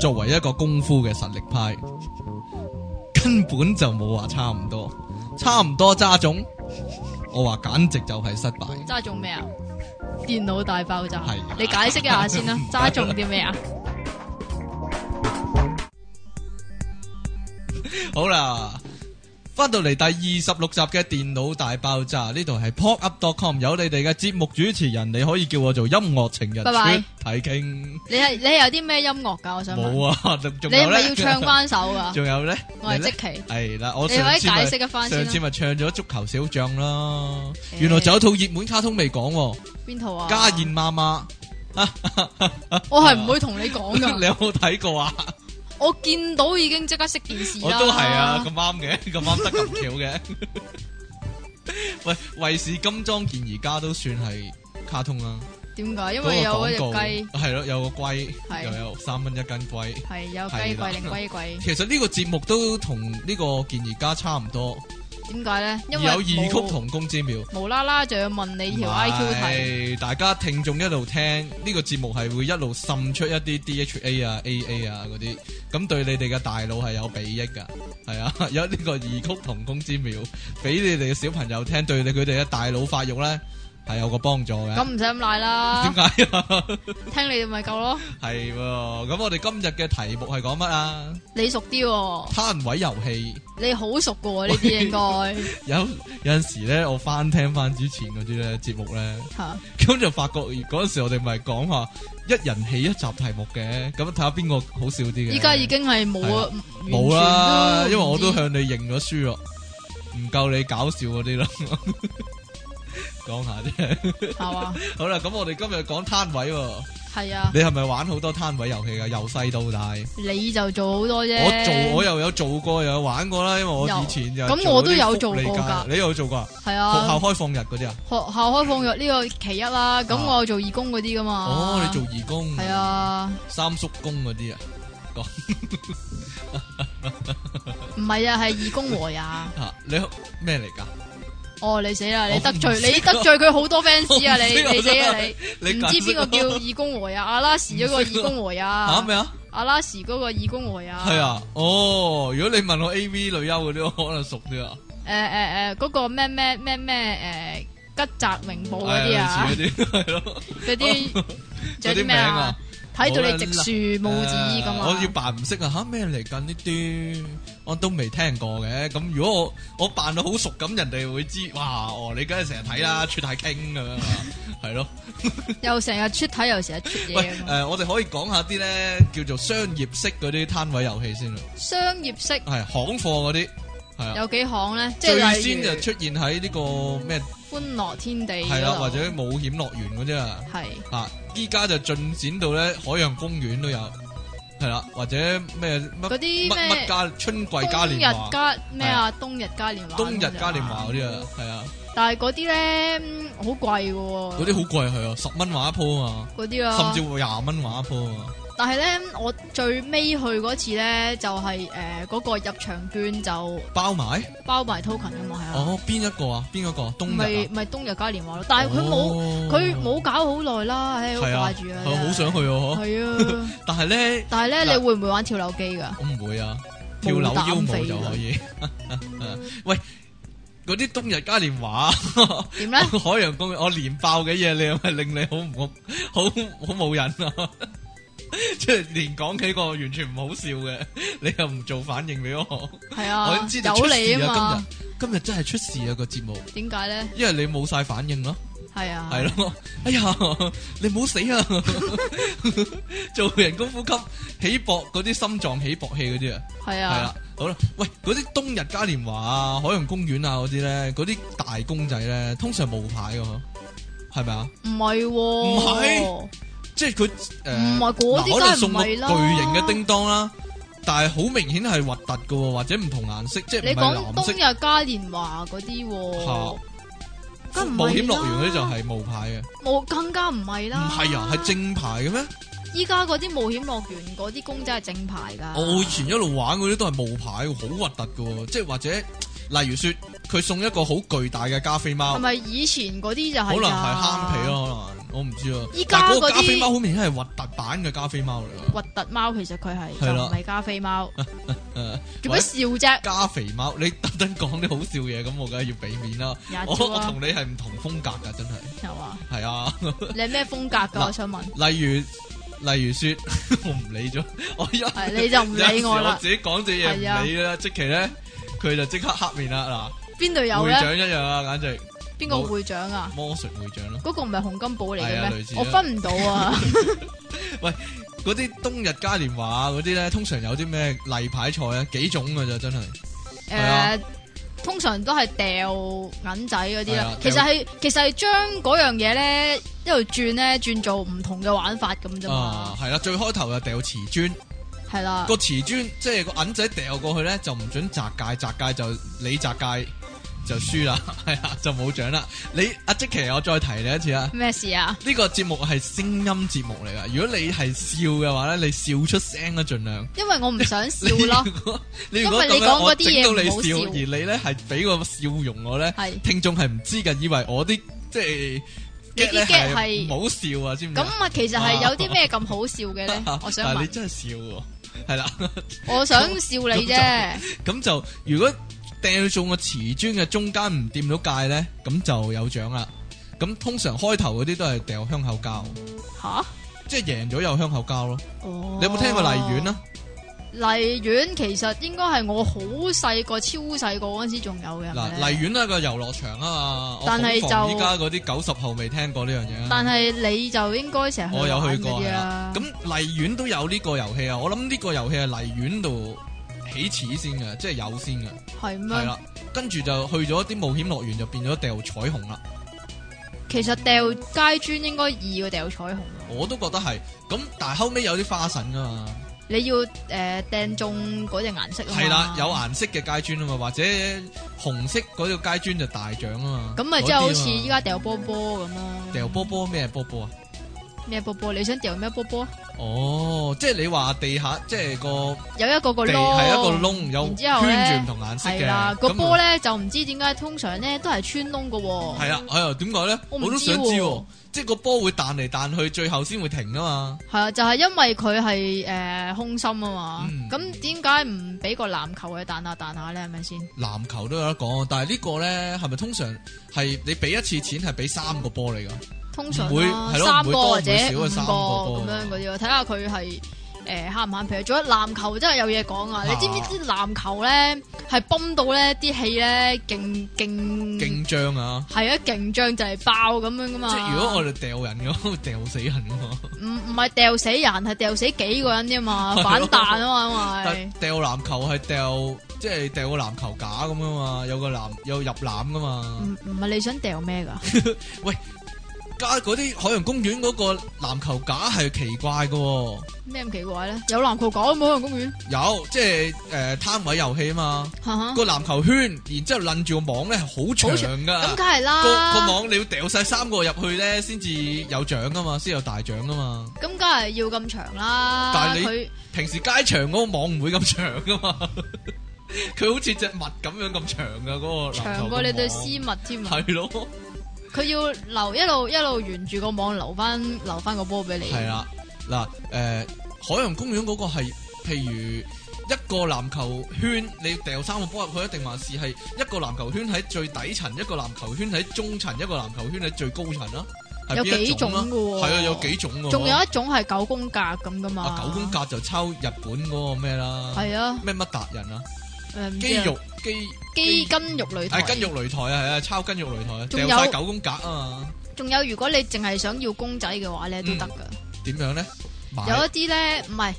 作為一個功夫嘅實力派，根本就冇話差唔多，差唔多揸種，我話簡直就係失敗。揸中咩啊？電腦大爆炸係，。你解釋一下先啦 揸中啲咩啊？好啦，翻到嚟第二十六集嘅電腦大爆炸，呢度係 popup.com 有你哋嘅節目主持人，你可以叫我做音樂情人拜拜出體傾。你係你係有啲咩音樂噶？我想問，冇啊，仲仲你係有咪咧要唱翻首噶？ 仲有咧，我係即期，系啦，我你可上以次咪解釋一番先上次啦。咪唱咗足球小將啦，誒原來仲有套熱門卡通未講喎，邊套啊？家燕，媽媽，我係唔會同你 講你噶。有冇睇過啊？我見到已經即刻熄電視我啦。都係啊，咁啱嘅，咁啱得咁巧嘅。 喂，衛視金裝健而家都算係卡通啦，點解？因嗰個為有嗰廣隻告雞，係咯，有個龜，係又有三蚊一斤龜。係有雞係啦貴定龜貴？其實呢個節目都同呢個健而家差唔多，點解咧？因為有異曲冇同工之妙。無啦啦就要問你條唔 I Q 題，係大家聽眾一路聽呢、個節目係會一路滲出一啲 DHA 啊、AA 啊嗰啲，咁對你哋嘅大腦係有裨益噶，係啊， 有呢個異曲同工之妙，俾你哋嘅小朋友聽，對你佢哋嘅大腦發育咧係有個幫助咁嘅。唔使咁賴啦點，解啊？ 聽你咪夠咯。係喎，咁我哋今日嘅題目係講乜啊？你熟啲喎，攤位遊戲。你好熟噶喎呢啲應該有有陣時咧，我翻聽翻之前嗰啲咧節目咧。嚇。咁就發覺嗰陣時我哋咪講話一人起一集題目嘅，咁睇下邊個好笑啲嘅。依家已經係冇係啊，冇啦，因為我都係向你認咗輸咯，唔夠你搞笑嗰啲咯。 講下啫，係嘛，好啦，咁我哋今日講攤位喎，係啊，你係咪玩好多攤位遊戲噶？由細到大，你就做好多啫。我做我又有做過，又有玩過啦，因為我有以前就咁做我都啲有福做利過界㗎你有做過啊？係學校啊，開放日嗰啲啊？學校開放日呢個其一啦。咁啊我有做義工嗰啲噶嘛。哦，你做義工啊係啊，三叔公嗰啲啊？唔係啊，係義工和呀。吓，你咩嚟噶？哦，你死啦！你得罪我唔識啊你得罪佢好 多 fans 啊！我唔識啊你你死啊你！你唔知邊個叫義工和呀？阿拉士嗰個義 工和吓呀？咩啊？阿拉士嗰個義工和呀？係。啊，哦，如果你問我 A V 女優嗰啲，我可能熟啲啊，誒誒誒，嗰個咩咩咩咩誒吉澤明步嗰啲係啊啊，類似嗰啲係咯，嗰啲仲有嗰啲啲咩名啊啊？，睇到你直樹拇 指咁啊！誒我要扮唔識啊，吓咩嚟緊呢啲，我都未聽過嘅。咁如果我我扮到好熟咁，人哋會知，哇，哦，你梗係成日睇啦，出太傾咁樣啊，係咯。又成日出體，又成日出喂，嘢咁啊。誒，我哋可以講下啲咧叫做商業式嗰啲攤位遊戲先啦，商業式係行貨嗰啲，係啊。有幾行咧？即最係例先就如出現喺呢個咩歡樂天地係啦，嗰度或者冒險樂園嗰啲啊，係啊，依家就進展到咧海洋公園都有，係啦，或者咩乜乜嗰啲乜咩嘉春季嘉冬年日華、嘉咩啊？冬日嘉年華，冬日嘉年華嗰啲啊，係啊，但係嗰啲咧嗯好貴嘅喎，嗰啲好貴係啊，十蚊畫一鋪啊嗰啲嘛，甚啊至。乎廿蚊畫一鋪啊，但係咧，我最尾去嗰次咧，就係誒嗰個入場券就包埋包埋 token 噶嘛，係啊，哦，邊一個啊？邊一個啊？冬日咪啊咪冬日嘉年華咯。但係佢冇佢冇搞好耐啦，喺度係啊掛住啊，我好想去啊，嗬係 啊。但係咧但係咧，嗱你會唔會玩跳樓機噶？我唔會啊，跳樓腰啊舞就可以。 喂，嗰啲冬日嘉年華。？點 咧海洋公園，我連爆嘅嘢，你係咪令你好 唔好好好冇癮啊？ 即係連講幾個完全唔好笑嘅，你又唔做反應俾我，係我啊已經知，道出有事你啊啊！嘛。今日今日真係出事啊個節目，點解咧？因為你冇晒反應咯，係啊，係咯， 哎呀，你唔好死啊！ 做人工呼吸起搏嗰啲心臟起搏器嗰啲啊，係係啊啦，，好啦，喂，嗰啲冬日嘉年華啊、海洋公園啊嗰啲咧，嗰啲大公仔咧，通常冇牌噶，係咪啊？唔係喎，唔係即係佢诶，唔係嗰啲嗱可能送梗係個唔係啦巨型嘅叮當啦，但係好明顯係核突嘅喎，或者唔同顏色，即係你唔係講藍冬色。日嘉年華嗰啲喎，梗唔係啦冒險樂園嗰啲就係冒牌嘅，冇更加唔係唔啦。係啊，係正牌嘅咩？依家嗰啲冒險樂園嗰啲公仔係正牌㗎。我哦以前一路玩嗰啲都係冒牌喎，好核突嘅喎，即係或者例如說佢送一個好巨大嘅加菲貓，係咪以前嗰啲就係啊可㗎能係慳皮。咯，可能我唔知啊。依家但係嗰個嗰啲加菲貓好明顯係核突版嘅加菲貓嚟噶。核突貓其實佢係係就啦唔係加 菲貓，誒做咩笑啫？加肥貓，你特登講啲好笑嘢，咁我梗係要俾面啦。廿我招我啊同，你係唔同風格噶，真係係嘛？係啊。你係咩風格嗱噶？我想問，例如例如說， 我唔理咗，我一係你就唔有理時我啦自。己講啲嘢係啊唔理啦，即期咧佢就即刻黑面啦邊度嗱，有會咧？長一樣啊，簡直邊個會長啊？魔術會長咯。嗰個唔係洪金寶嚟係啊嘅類似咩啊？我分唔到啊！嗰啲冬日嘉年華啊嗰啲咧，通常有啲咩例牌菜啊，幾種噶咋，真係係啊诶，通常都係掉銀仔嗰啲係啦啊。其實係其實係將嗰樣嘢咧一路轉咧轉做唔同嘅玩法咁啫啊嘛，，啊係啦，最開頭就啊掉瓷磚，係啦個。瓷磚即係個銀仔掉過去咧，就唔准擲界，擲界就你擲界就輸啦， 係啊，就冇獎啦。你阿即奇，我再提你一次啊。咩事啊？呢個節目係聲音節目嚟噶，如果你係笑嘅話咧，你笑出聲啦，盡量。因為我唔想笑 咯，你如果因咁為你樣，講我嗰啲整嘢到唔你好笑，笑而你咧係俾個笑容我咧，係聽眾係唔知嘅，以為我啲即係你啲 gag 呢 gag 係唔好笑啊，知唔知咁啊？？啊，其實係有啲咩咁好笑嘅咧我 想但係你問，真係笑喎，係啦。我想笑你啫，咁就如果掟中個瓷磚嘅中間唔掂到界咧，咁就有獎啦。咁通常開頭嗰啲都係掉香口膠，吓？即係贏咗有香口膠咯。哦你有冇聽過荔園啊？？荔園其實應該係我好細個、超細個嗰陣時仲有嘅。係咪嗱，呢荔園咧個遊樂場啊嘛，但係我恐防依家嗰啲九十後未聽過呢樣嘢啊。但係你就應該成日我有去過玩嗰係啲啦啊。。咁荔園都有呢個遊戲啊，我諗呢個遊戲係荔園度起始先嘅，即係有先嘅，係係咩？啦。跟住就去咗啲冒險樂園，就變咗掉彩虹啦。其實掉街磚應該易過掉彩虹喎。我都覺得係。咁但係後尾有啲花神噶嘛，你要誒掟中嗰隻顏色啊嘛係啦，有。顏色嘅街磚啊嘛，或者紅色嗰個街磚就大獎啊嘛。咁咪即係好似嗰啲啊嘛依家掉波波咁咯。掉波波咩波波啊？咩波波？你想掉咩波波？哦，即係你話地下即係個。有一個個地窿，係一個窿，有然之後呢圈住唔同顏色係嘅。啦，咁啊個波咧就唔知點解通常咧都係穿窿嘅喎。係啊，係啊，點解咧？我我唔都知想知喎喎，即係個波會彈嚟彈去，最後先會停啊嘛。係啊，就係因為佢係誒空心啊嘛嗯。咁點解唔俾個籃球佢彈下彈下咧？係咪先？籃球都有得講，但係呢個咧係咪通常係你俾一次錢係俾三個波嚟㗎？通常唔會啦係咯三唔會個多或者唔會少五過個三個波咁樣嗰啲咯，睇下佢係誒慳唔慳皮。仲有籃球真係有嘢講啊！嚇你知唔知啲籃球咧係泵到咧啲氣咧勁勁勁張啊！係啊勁漲就係爆咁樣噶嘛！即係如果我哋掉人嘅 話，會掉死人㗎嘛。唔唔啊係掉死人，係掉死幾個人啫 係嘛，咯反彈啊嘛，因但為係掉籃球係掉，即係掉個籃球架咁啊嘛，有個籃有入籃㗎嘛。唔唔係你想 掉咩噶？加嗰啲海洋公園嗰個籃球架係奇怪㗎喎。咩咁奇怪咧？有籃球講冇海洋公園，有，即係诶摊位遊戲啊嘛，哈哈個籃球圈，然之后攆住個網咧，好哦好長咁噶，梗係個啊個啦，網你要掉晒三個入去咧，先至有獎噶嘛，先有大獎噶嘛。咁梗係要咁長啦。但係你佢平時街場嗰個網唔會咁長噶嘛， 佢好似只襪咁樣咁長噶嗰、個籃球長過你對絲襪添啊！係咯，佢要留一路一路沿住個網留翻留翻個波俾你。係啊啦，嗱诶、海洋公園嗰個係譬如。一個籃球圈，你掉三個波入去，一定還是係一個籃球圈喺最底層，一個籃球圈喺中層，一個籃球圈喺最高層啦。係有邊一幾種啦噶喎？係啊，有幾種喎。仲有一種係九宮格咁噶嘛啊？九宮格就抄日本嗰個咩啦，係啊，咩乜達人啊，誒唔知肌啊肉肌肌筋肉擂台係筋肉擂台啊，係啊，抄筋肉擂台啊，仲有掉晒九宮格啊嘛，仲有如果你淨係想要公仔嘅話咧嗯都得噶。點樣咧？買有一啲咧唔係，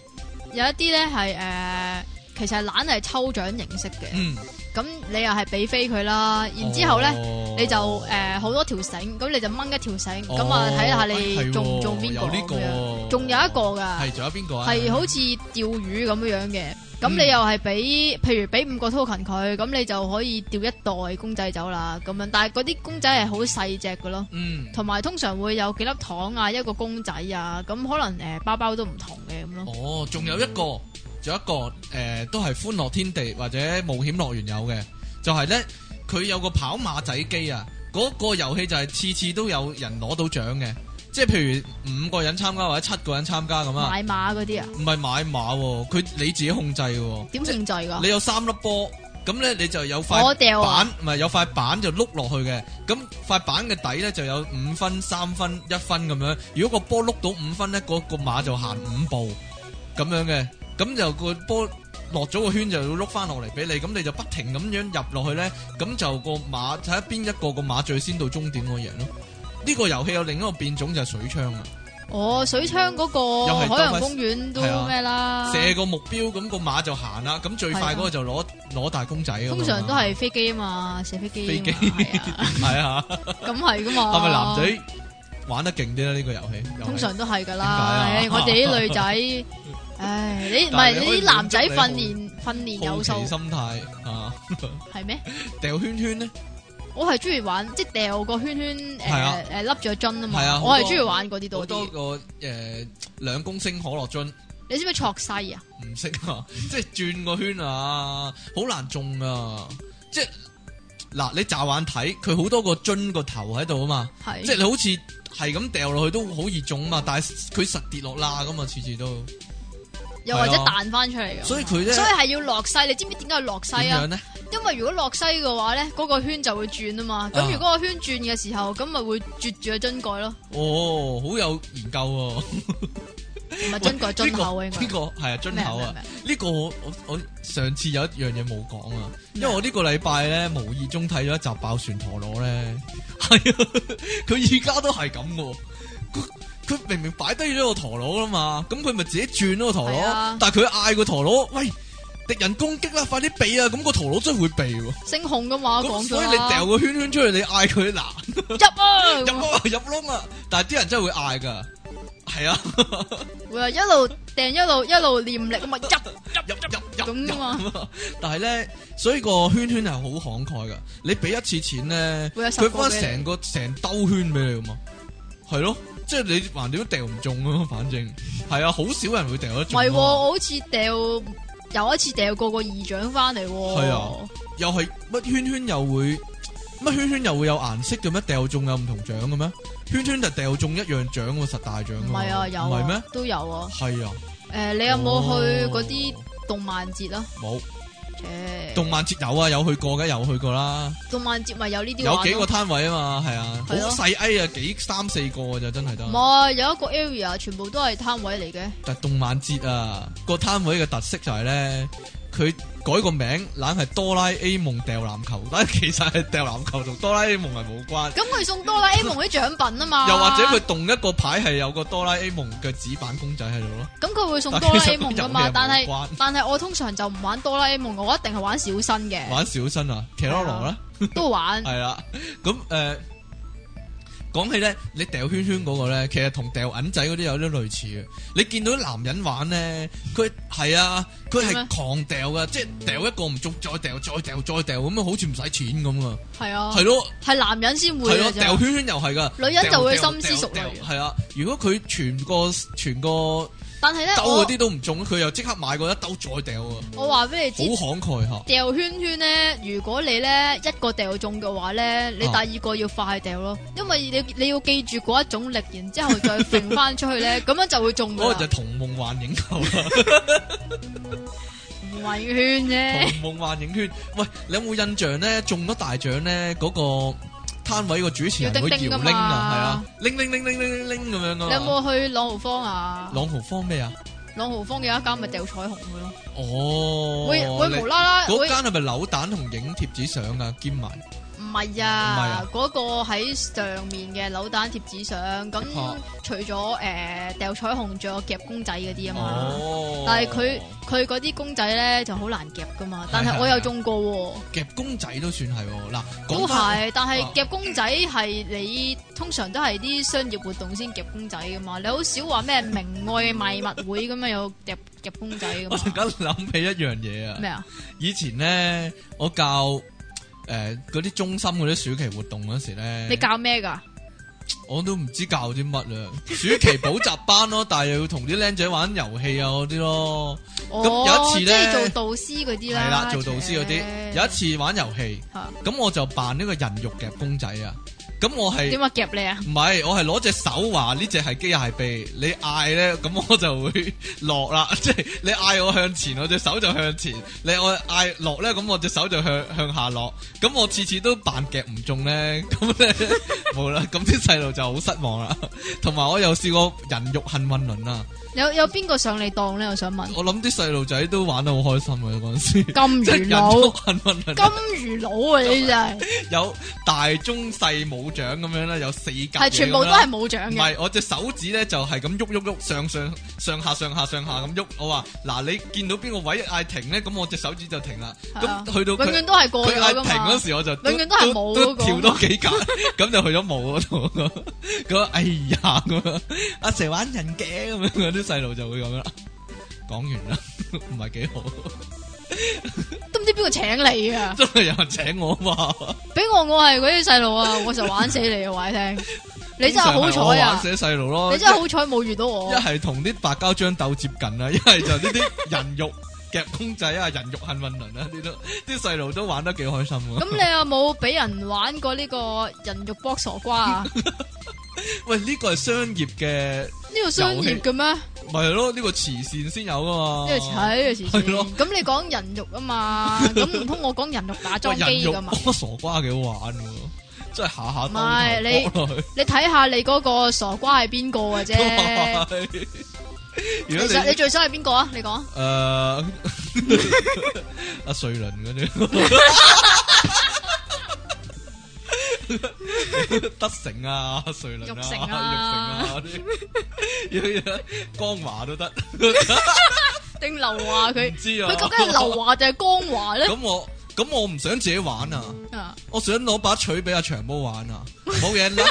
有一啲咧係誒。其實係懶係抽獎形式嘅，嗯，咁、你又係俾飛佢啦，然之後咧、哦你就誒好、多條繩，咁你就掹一條繩，哦咁啊睇下哎係你喎中唔中邊個有呢個咁樣喎，仲有一個㗎，係仲有邊個啊？係好似釣魚咁樣樣嘅。咁嗯你又係俾，譬如俾五個 token 佢，咁你就可以釣一袋公仔走啦，咁樣。但係嗰啲公仔係好細隻嘅咯，嗯，同埋通常會有幾粒糖啊，一個公仔啊，咁可能誒、呃包包都唔同嘅咁咯。哦，仲有一個，仲有一個誒，都係歡樂天地或者冒險樂園有嘅，就係咧佢有個跑馬仔機啊，嗰個遊戲就係次次都有人攞到獎嘅，即係譬如五個人參加或者七個人參加咁啊，買馬嗰啲啊，唔係買馬喎，佢你自己控制嘅點喎，即控制㗎？你有三粒波，咁咧你就有我塊掉啊板，唔係有塊板就碌落去嘅，咁塊板嘅底咧就有五分、三分、一分咁樣。如果個波碌到五分咧，嗰、個馬就行五步咁樣嘅，咁就個波落咗個圈就要碌翻落嚟俾你，咁你就不停咁樣入落去咧，咁就個馬睇下邊一個個馬最先到終點我贏咯。呢、個遊戲有另一個變種就係水槍啊。哦，水槍嗰個又係海洋公園都係啊咩啦？射個目標，咁個馬就行啦。咁最快嗰個就攞攞大公仔㗎嘛通常都係飛機啊嘛，射飛機啊嘛。飛係啊，係 啊，咁係噶嘛。係咪男？仔玩得勁啲咧？呢個遊戲又係哦通常都係噶點解啊啦。唉我哋 啲女仔，唉，你唔但係係你你可以啲男仔滿訓足你練訓練好有數奇心態啊，係咩？掉圈圈咧，我係中意玩即係掉個圈圈係啊誒誒笠住個樽啊係啊嘛。好我係多中意玩嗰啲好多多啲。個誒兩公升可樂樽，你知唔知戳西啊？唔識啊， 即係轉個圈啊，好難中啊，即係嗱你乍眼睇佢好多個樽個頭喺度啊嘛，即係係你好似係咁掉落去都好易中啊嘛，但係佢實跌落罅噶嘛，次次都，又或者係啊彈翻出嚟㗎嘛。所以佢咧所以係要落西，你知唔知點解要落西點啊樣？咧？因為如果落西嘅話咧，嗰、個圈就會轉啊嘛。咁啊如果個圈轉嘅時候，咁咪會啜住個樽蓋咯，哦，好有研究喎、唔係喂樽蓋樽口啊應該。呢、個呢、個係啊樽口啊！咩咩呢個我我我上次有一樣嘢冇講啊，因為我呢個禮拜咧無意中睇咗一集爆旋陀螺咧，係啊， 佢而家都係咁嘅喎。佢佢明明擺低咗個陀螺啦嘛，咁佢咪自己轉咗個陀螺，係啊但係佢嗌個陀螺，喂，敵人攻擊啦，快啲避啊！咁、個陀螺真係會避喎，聲控噶嘛，咁講咗所以啦你掉個圈圈出去，你嗌佢嗱。入啊，入咁啊窿啊，入窿啊！但系啲人真系会嗌噶，系啊，會啊一路掟一路一路念力咁啊入入入入咁噶嘛，入。但系咧，所以个圈圈系好慷慨噶。你俾一次钱咧，會有十佢個翻俾你成个成兜圈俾你噶嘛，系咯。即系你横掂都掉唔中啊，反正系啊，好少人会掉得唔中啊係喎，咯。我好似掉有一次掉過個二掌翻嚟喎。係啊，又系乜圈圈又会乜圈圈又会有颜色嘅咩？掉中有唔同奖嘅咩？圈圈就掉中一样奖喎，实大奖㗎唔嘛。係啊，有哦唔系咩啊？，都有啊。系啊，誒，你有冇去嗰啲哦動漫節啊？冇？切動漫節有啊，有去過嘅，有去過啦，動漫節咪有呢啲有玩幾咯個攤位啊嘛，係啊，好係咯細埃啊，幾三四個嘅就真係唔得。係，有一個 area 全部都係攤位嚟嘅，但係動漫節啊，個攤位嘅特色就係咧，佢改個名，懶係哆啦 A 夢掉籃球， 但係其實係掉籃球同哆啦 A 夢係冇關。咁佢送哆啦 A 夢啲獎品啊嘛，又或者佢動一個牌係有個哆啦 A 夢嘅紙板公仔喺度咯，咁佢會送哆啦 A 夢噶嘛，但但其實都有嘅冇係關但係我通常就唔玩哆啦 A 夢，我一定係玩小新嘅，玩小新啊，騎羅羅啦。都玩系啦，啊咁诶，讲、講起咧，你掉圈圈嗰個咧，其實同掉銀仔嗰啲有啲類似嘅。你見到啲男人玩咧，佢係啊，佢點啊係狂掉噶，即係掉一個唔中，再掉，再掉，再掉，咁樣好似唔使錢咁啊。係啊，係咯，係男人先會係嘅咯，掉啫，圈圈又係噶。女人就會掉深思熟慮掉掉係啊，如果佢全個全個但係咧兜嗰我啲都唔中，佢又即刻買過一兜再掉啊，我話俾好你知。慷慨吓。掉圈圈咧，如果你咧一個掉中嘅話咧，你第啊二個要快掉咯，因為你你要記住嗰一種力，然之後再揈翻出去 咧，咁樣就會中嗰個㗎就啦係童夢幻影球啦。唔係圈啫。同夢幻影圈。喂，你有冇印象咧？中咗大獎咧，嗰、個攤位個主持人要叮會搖叮㗎嘛鈴啊，係啊，鈴鈴鈴鈴鈴鈴咁樣噶你有嘛。冇去朗豪坊啊？朗豪坊咩啊？朗豪坊有一間咪掉彩虹嘅咯，哦，會會無啦啦你會嗰間係咪扭蛋同影貼紙相啊？兼埋唔係唔係啊啊？嗰個喺上面嘅扭蛋貼紙相，咁哦除咗誒掉彩虹，仲有夾公仔嗰啲啊嘛。哦，但係佢佢嗰啲公仔咧就好難夾噶嘛，但係係係我係又中過喎，夾公仔都算係喎。嗱，都講翻係。但啊係夾公仔係你通常都係啲商業活動先夾公仔噶嘛，你好少話咩明愛賣物會咁樣有夾夾公仔噶 我嘛突？然間諗起一樣嘢啊。咩啊？以前咧，我教誒嗰啲中心嗰啲暑期活動嗰時咧，你教咩㗎？我都唔知教啲乜啦。暑期補習班咯，但係又要同啲僆仔玩遊戲啊嗰啲咯。哦，有一次即咧係做導師嗰啲啦，係啦，做導師嗰啲。有一次玩遊戲，嚇咁我就扮呢個人肉夾公仔啊。咁我係點啊夾你啊？唔係，我係攞隻手話呢隻係機械臂，你嗌咧，咁我就會落啦。 即係你嗌我向前，我隻手就向前；你我嗌落咧，咁我隻手就向向下落。咁我次次都扮夾唔中咧， 咁咧冇啦。咁啲細路就好失望啦。 同埋我又試過人肉幸運輪啊！有有邊個上你當咧？我想問。我諗啲細路仔都玩得好開心啊！嗰陣 時，金即係人魚佬肉，幸運輪啊， 金魚佬啊！你真係有大中細冇獎咁樣啦，有四格係嘢全部咁都啦係冇獎唔嘅。係，我隻手指咧就係咁喐喐喐，上上上下上下上下咁喐。我話嗱，你見到邊個位嗌停咧，咁我隻手指就停啦。係啊咁去到永佢遠都係過佢咗嗌噶停嗰嘛，時，我就永遠都係冇嗰個跳多幾格，咁就去咗冇嗰度。咁啊哎呀咁樣，阿蛇玩人嘅咁樣，嗰啲細路就會咁樣啦。講完啦，唔係幾好，都唔知邊個請你啊！真係有人請我嘛？俾我我係嗰啲細路啊，我就玩死你啊！話 你聽，你真係好通常係我彩玩啊！死細路咯，你真係好彩冇遇到我 一。係同啲白膠漿鬥接近啊 啦，一係就呢啲人肉夾公仔啊、人肉幸運輪啊，呢啲都啲細路都玩得幾開心啊喎。咁你有冇俾人玩過呢個人肉剝傻瓜 啊？喂，呢個係商業嘅，呢個商業嘅咩？咪係咯？呢個慈善先有噶嘛？呢個睇呢個慈善。係咯咁你講人肉 啊嘛？咁唔通我講人肉打喂樁人機肉噶嘛？剝傻瓜幾好玩喎，真係下下唔係你你睇下你嗰個傻瓜係邊個嘅啫？你 如果你其實你最想係邊個啊？你講啊誒呃阿瑞麟嗰啲。 德成啊，瑞麟啊，玉玉成成啊啊，啲要要光華 都得，定劉華佢 唔？知啊。佢究竟係劉華定係江華咧？ 咁我咁我唔想自己玩啊，啊，我想攞把錘俾阿長毛玩啊，冇嘢 啦，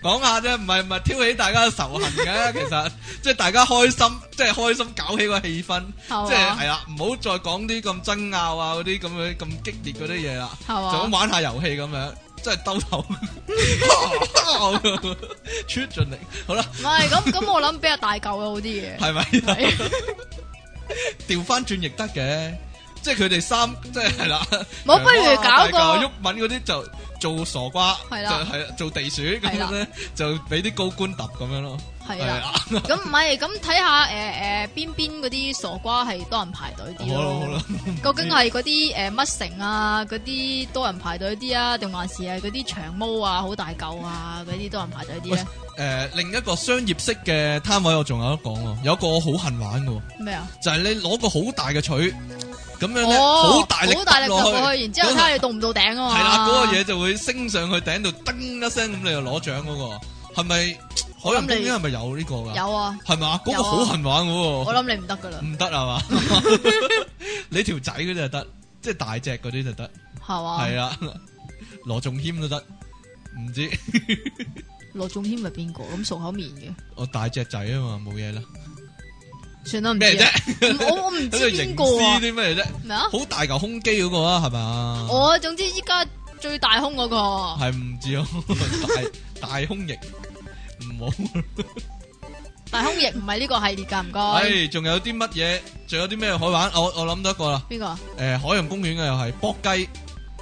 講下啫，唔係唔係挑起大家嘅仇恨嘅，其實即係大家開心，即係開心搞起個氣氛。係即係嘛係？啦，唔好再講啲咁爭拗啊，嗰啲咁樣咁激烈嗰啲嘢啦，係就嘛咁啊玩下遊戲咁樣，即係 兜頭，出盡力，好啦，唔係咁咁，我諗比較大嚿嘅好 啲係咪啊？嘢。調翻轉亦得嘅，即係佢哋三，即係係啦，冇不長毛如啊搞個大嚿毓民嗰啲就做傻瓜，係啦就係啦做地鼠咁係啦樣咧，就俾啲高官揼咁樣咯，係係啊啦。啦，咁唔係，咁睇下誒誒邊邊嗰啲傻瓜係多人排隊啲好啦好咯啦。，究竟係嗰啲誒乜城啊，嗰啲多人排隊啲啊，定還是係嗰啲長毛啊、好大嚿啊嗰啲多人排隊啲咧？誒另一個商業式嘅攤位我仲有得講喎，有一個我好恨玩嘅喎。咩啊？就係你攞個好大嘅錘，咁樣咧哦好，大力好大力揼落揼去，落去，然之後睇下你到唔到頂啊嘛。係啦，嗰個嘢就會升上去頂度，噔一聲咁你就攞獎嗰個，係咪海洋公園係咪有呢個㗎？有啊，係嘛？嗰個好恨玩嘅我喎，諗你唔得噶啦，唔得啊 係嘛？你條仔嗰啲就得，即係大隻嗰啲就得，係嘛？係啦，羅仲謙都得，唔知羅仲謙係邊個？咁熟口面嘅，我大隻仔啊嘛，冇嘢啦，算啦，唔咩知啊。啫？唔我我 唔喺度知邊營個啊哦私？啲咩啫？咩啊？好大嚿胸肌嗰個啊，係嘛？我總之依家最大胸嗰個系唔知啊， 大大胸型唔好。大胸亦唔係呢個系列㗎，唔該。哎唉，仲有啲乜嘢？仲有啲咩可以玩？我我谂到一個啦。邊個啊？诶、海洋公園嘅又係搏雞，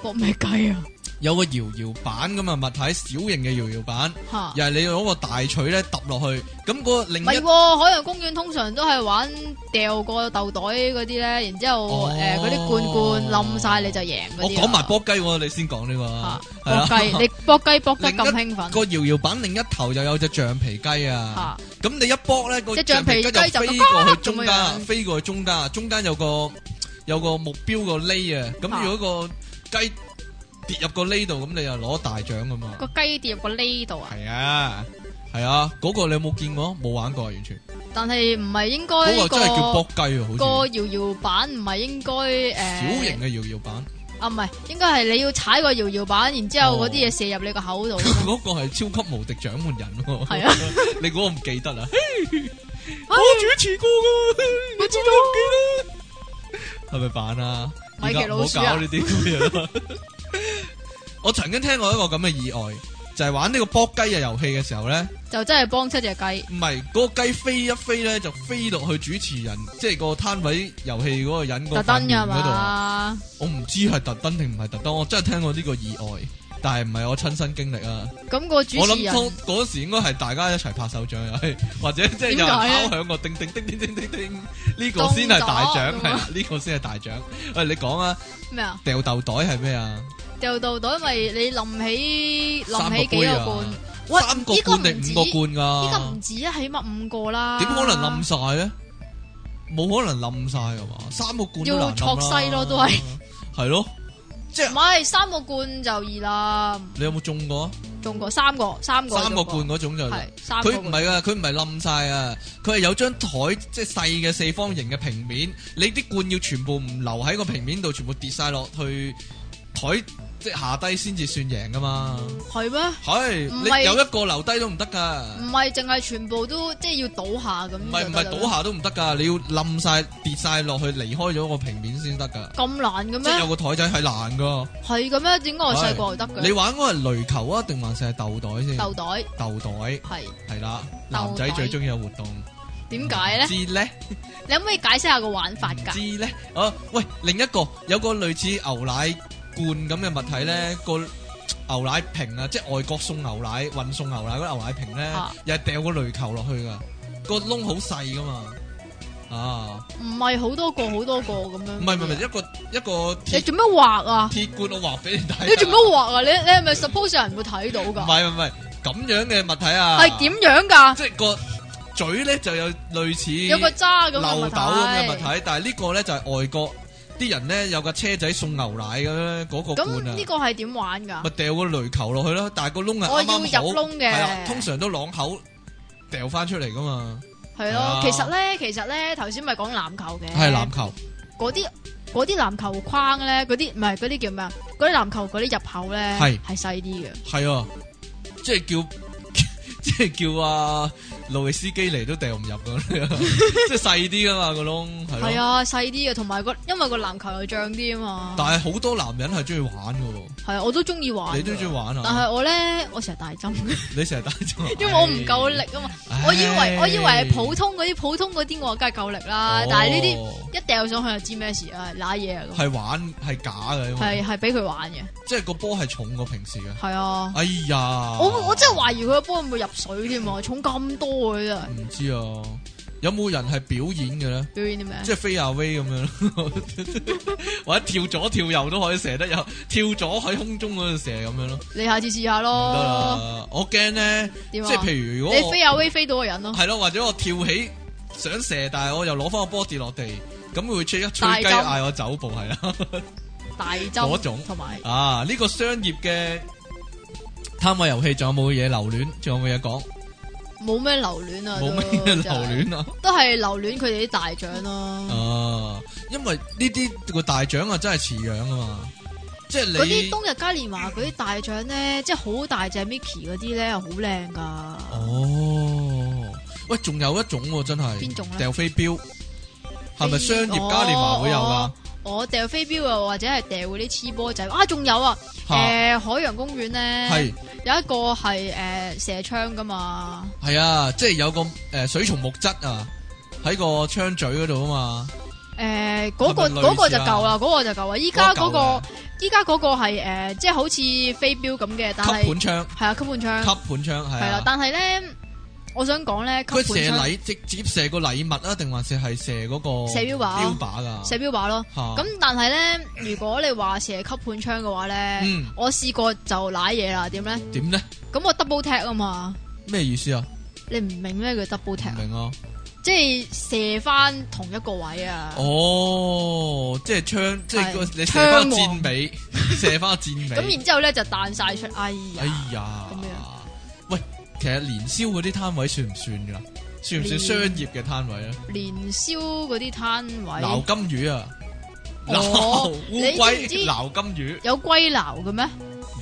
搏咩雞啊？有個搖搖板咁啊物體，小型嘅搖搖板，吓，又係你攞個大錘咧揼落去，咁、嗰個另唔一係喎，海洋公園通常都係玩掉個豆袋嗰啲咧，然之後哦誒嗰啲罐罐冧晒你就贏嗰我啲啊。講埋搏雞喎，你先講呢個嚇啊，係搏雞，你搏雞搏得咁另興 奮個搖搖板另一頭又有隻橡皮雞啊，嚇，咁你一搏咧個隻橡皮雞雞就就飛過去中咁樣間，飛過去中間，中間有個有個目標個呢啊，啊咁如果個雞跌入個呢度，咁你就攞大獎噶嘛。個雞跌入個呢度啊！係啊，係啊，嗰個你有冇見過？冇玩過啊完全，但係唔係應嗰該個真係叫個搏雞啊，好個似搖搖板唔係應該小型誒嘅搖搖板， 啊唔係應該係你要踩個搖搖板，然之後嗰啲嘢射入你個 口度。嗰個係超級無敵掌門人喎。係啊， 你估我唔記得啦？唉我主持過噶，我知道唔記得。係咪扮啊？米奇老鼠啊而家唔好搞呢啲咁嘢啦。我曾經聽過一個咁嘅意外，就係玩呢個搏雞嘅遊戲嘅時候咧，就真係幫七隻雞。唔係嗰個雞飛一飛咧，就飛落去主持人，即係個攤位遊戲嗰個人個特飯登噶碗嗰度啊！嘛？我唔知係特登定唔係特登，我真係聽過呢個意外，但係唔係我親身經歷啊！咁個主我持諗人當嗰時應該係大家一齊拍手掌又係， 或者即係有人點解敲咧響個叮叮叮叮叮叮叮，呢個先係大獎，動作係啦，呢個先係大獎。喂，你講啊，咩啊？掉豆袋係咩啊？掉到袋咪你冧起三冧起幾杯個啊罐？喂三個呢個罐唔定止五個罐依家噶唔？止啊，起碼五個啦。點可能冧晒咧？冇可能冧晒噶嘛？三個罐都難冧啦要戳西咯都係係咯。唔係三個罐就易啦，你有冇中過啊？中過三個三個三個中過罐嗰種就係三個佢唔係啊，佢唔係冧晒啊，佢係有張台即係細嘅四方形嘅平面，你啲罐要全部唔留喺個平面度，全部跌晒落去台即係下低先至算贏噶嘛。係咩？係唔係你有一個留低都唔得噶，唔係淨係全部都即係要倒下咁。唔係唔係倒下下都唔得噶，你要冧晒跌晒落去，離開咗個平面先得噶。咁難嘅即係有個咩？台仔係難噶，係嘅咩？點解我細個就得你嘅？玩嗰個係壘球啊，定還是係豆袋先？豆袋豆袋係係啦，豆男仔袋最中意嘅活動。點解咧？知咧？你可唔可以解釋下個玩法㗎？知咧？哦、喂，另一個有個類似牛奶罐咁嘅物體咧，個牛奶瓶啊，即係外國送牛奶、運送牛奶嗰啲牛奶瓶咧，啊又係掉個雷球落去噶，個窿好細噶嘛。啊，唔係好多個好多個咁樣。唔係唔係唔係，一個一個你鐵做咩畫啊？鐵罐，我話俾你睇啊。你做咩畫啊？你你係咪 suppose 有人會睇到唔㗎？係唔係咁樣嘅物體啊？係點樣㗎？即係個嘴咧就有類似有個渣咁嘅漏物斗咁嘅物體。體，但係呢個咧就係外國啲人咧有架車仔送牛奶嘅咧嗰個咁罐啊呢，個係點玩㗎咪？掉個雷球落去咯，但係個窿係啱我啱哦要好入窿嘅係啦通常都朗口掉翻出嚟噶嘛，係係啊咯，其實咧，其實咧，頭先咪講籃球嘅。係籃球嗰啲嗰啲籃球框咧，嗰啲唔係嗰啲叫咩啊？嗰啲籃球嗰啲入口咧係係細啲嘅，係啊，即係叫 即係叫啊路易斯基尼都掉唔入噶， 即係細啲噶嘛個窿係係咯，啊細啲嘅，同埋個因為個籃球又漲啲啊嘛，但係好多男人係中意玩噶，係啊我都中意玩㗎，你都中意玩但啊？係我咧我成日大針， 你成日打針啊， 因為我唔夠力啊嘛，唉，我以為我以為係普通通嗰啲普通嗰啲我梗係夠力哦啦，但係呢啲一掉上去就知咩事啊，揦嘢啊咁，系玩係假嘅，因為係啊係俾佢玩嘅，即係個波係重過平時嘅。係啊，哎呀，我我真係懷疑佢個波會唔會入水添啊，重咁多嘅真係，唔知啊，有冇人係表演嘅咧？表演啲咩？即係飛阿威咁樣咯， 或者跳左跳右都可以射得有，跳左喺空中嗰度射咁樣咯，唔你下次試下得咯，啦！我驚咧，即哦點啊係？譬如如果你我飛阿威飛到個 人咯，係咯，或者我跳起想射，但係我又攞翻個波跌落地，咁會出一吹大雞針嗌我走步係啦。 大嗰針種同埋啊！呢、個商業嘅攤位遊戲仲有冇嘢留戀？仲有冇嘢講？冇咩留戀啊，冇咩都嘢留，戀啊！真係都係留戀佢哋啲大獎咯。啊，因為呢啲個大獎啊，真係似樣啊嘛，即係嗰啲你冬日嘉年華嗰啲大獎咧，即係好大隻 Mickey 嗰啲咧，好靚噶。哦，喂，仲有一種喎，真係邊種咧掉飛鏢，係咪商飛業嘉年華會有啊哦噶？我掉飛鏢啊，或者係掉嗰啲黐波仔啊，仲有啊，嚇，誒海洋公園咧，係有一個係誒射槍噶嘛，係啊，即係有個誒水松木質啊，喺個槍嘴嗰度啊嘛，誒嗰個係咪類似啊嗰個就夠啦，嗰個就夠啦。依家嗰嗰嚿個依家嗰個係誒，即係好似飛鏢咁嘅，但吸係盤槍，係啊，吸盤槍吸。盤槍係系啦，啊。但系咧，我想講咧，佢吸射盤槍禮直接射個禮物啊，定還是係射嗰個射標靶標靶噶？射標靶咯。嚇咁但係咧，如果你話射吸盤槍嘅話咧，嗯我試過就濑嘢啦。點咧？點咧？咁我 double tap 啊嘛，咩意思啊？你唔明咩叫 double 唔 tap？啊明啊！即係射翻同一個位啊。哦，即係槍，即係個係你射翻槍箭王尾， 射翻箭尾。咁然之後咧就彈晒出，哎哎呀，呀咁樣，喂，其實年宵嗰啲攤位算唔算噶？算唔算年商業嘅攤位咧？年宵嗰啲攤撈位金魚啊，撈哦烏龜你知唔知撈金魚有龜撈嘅咩？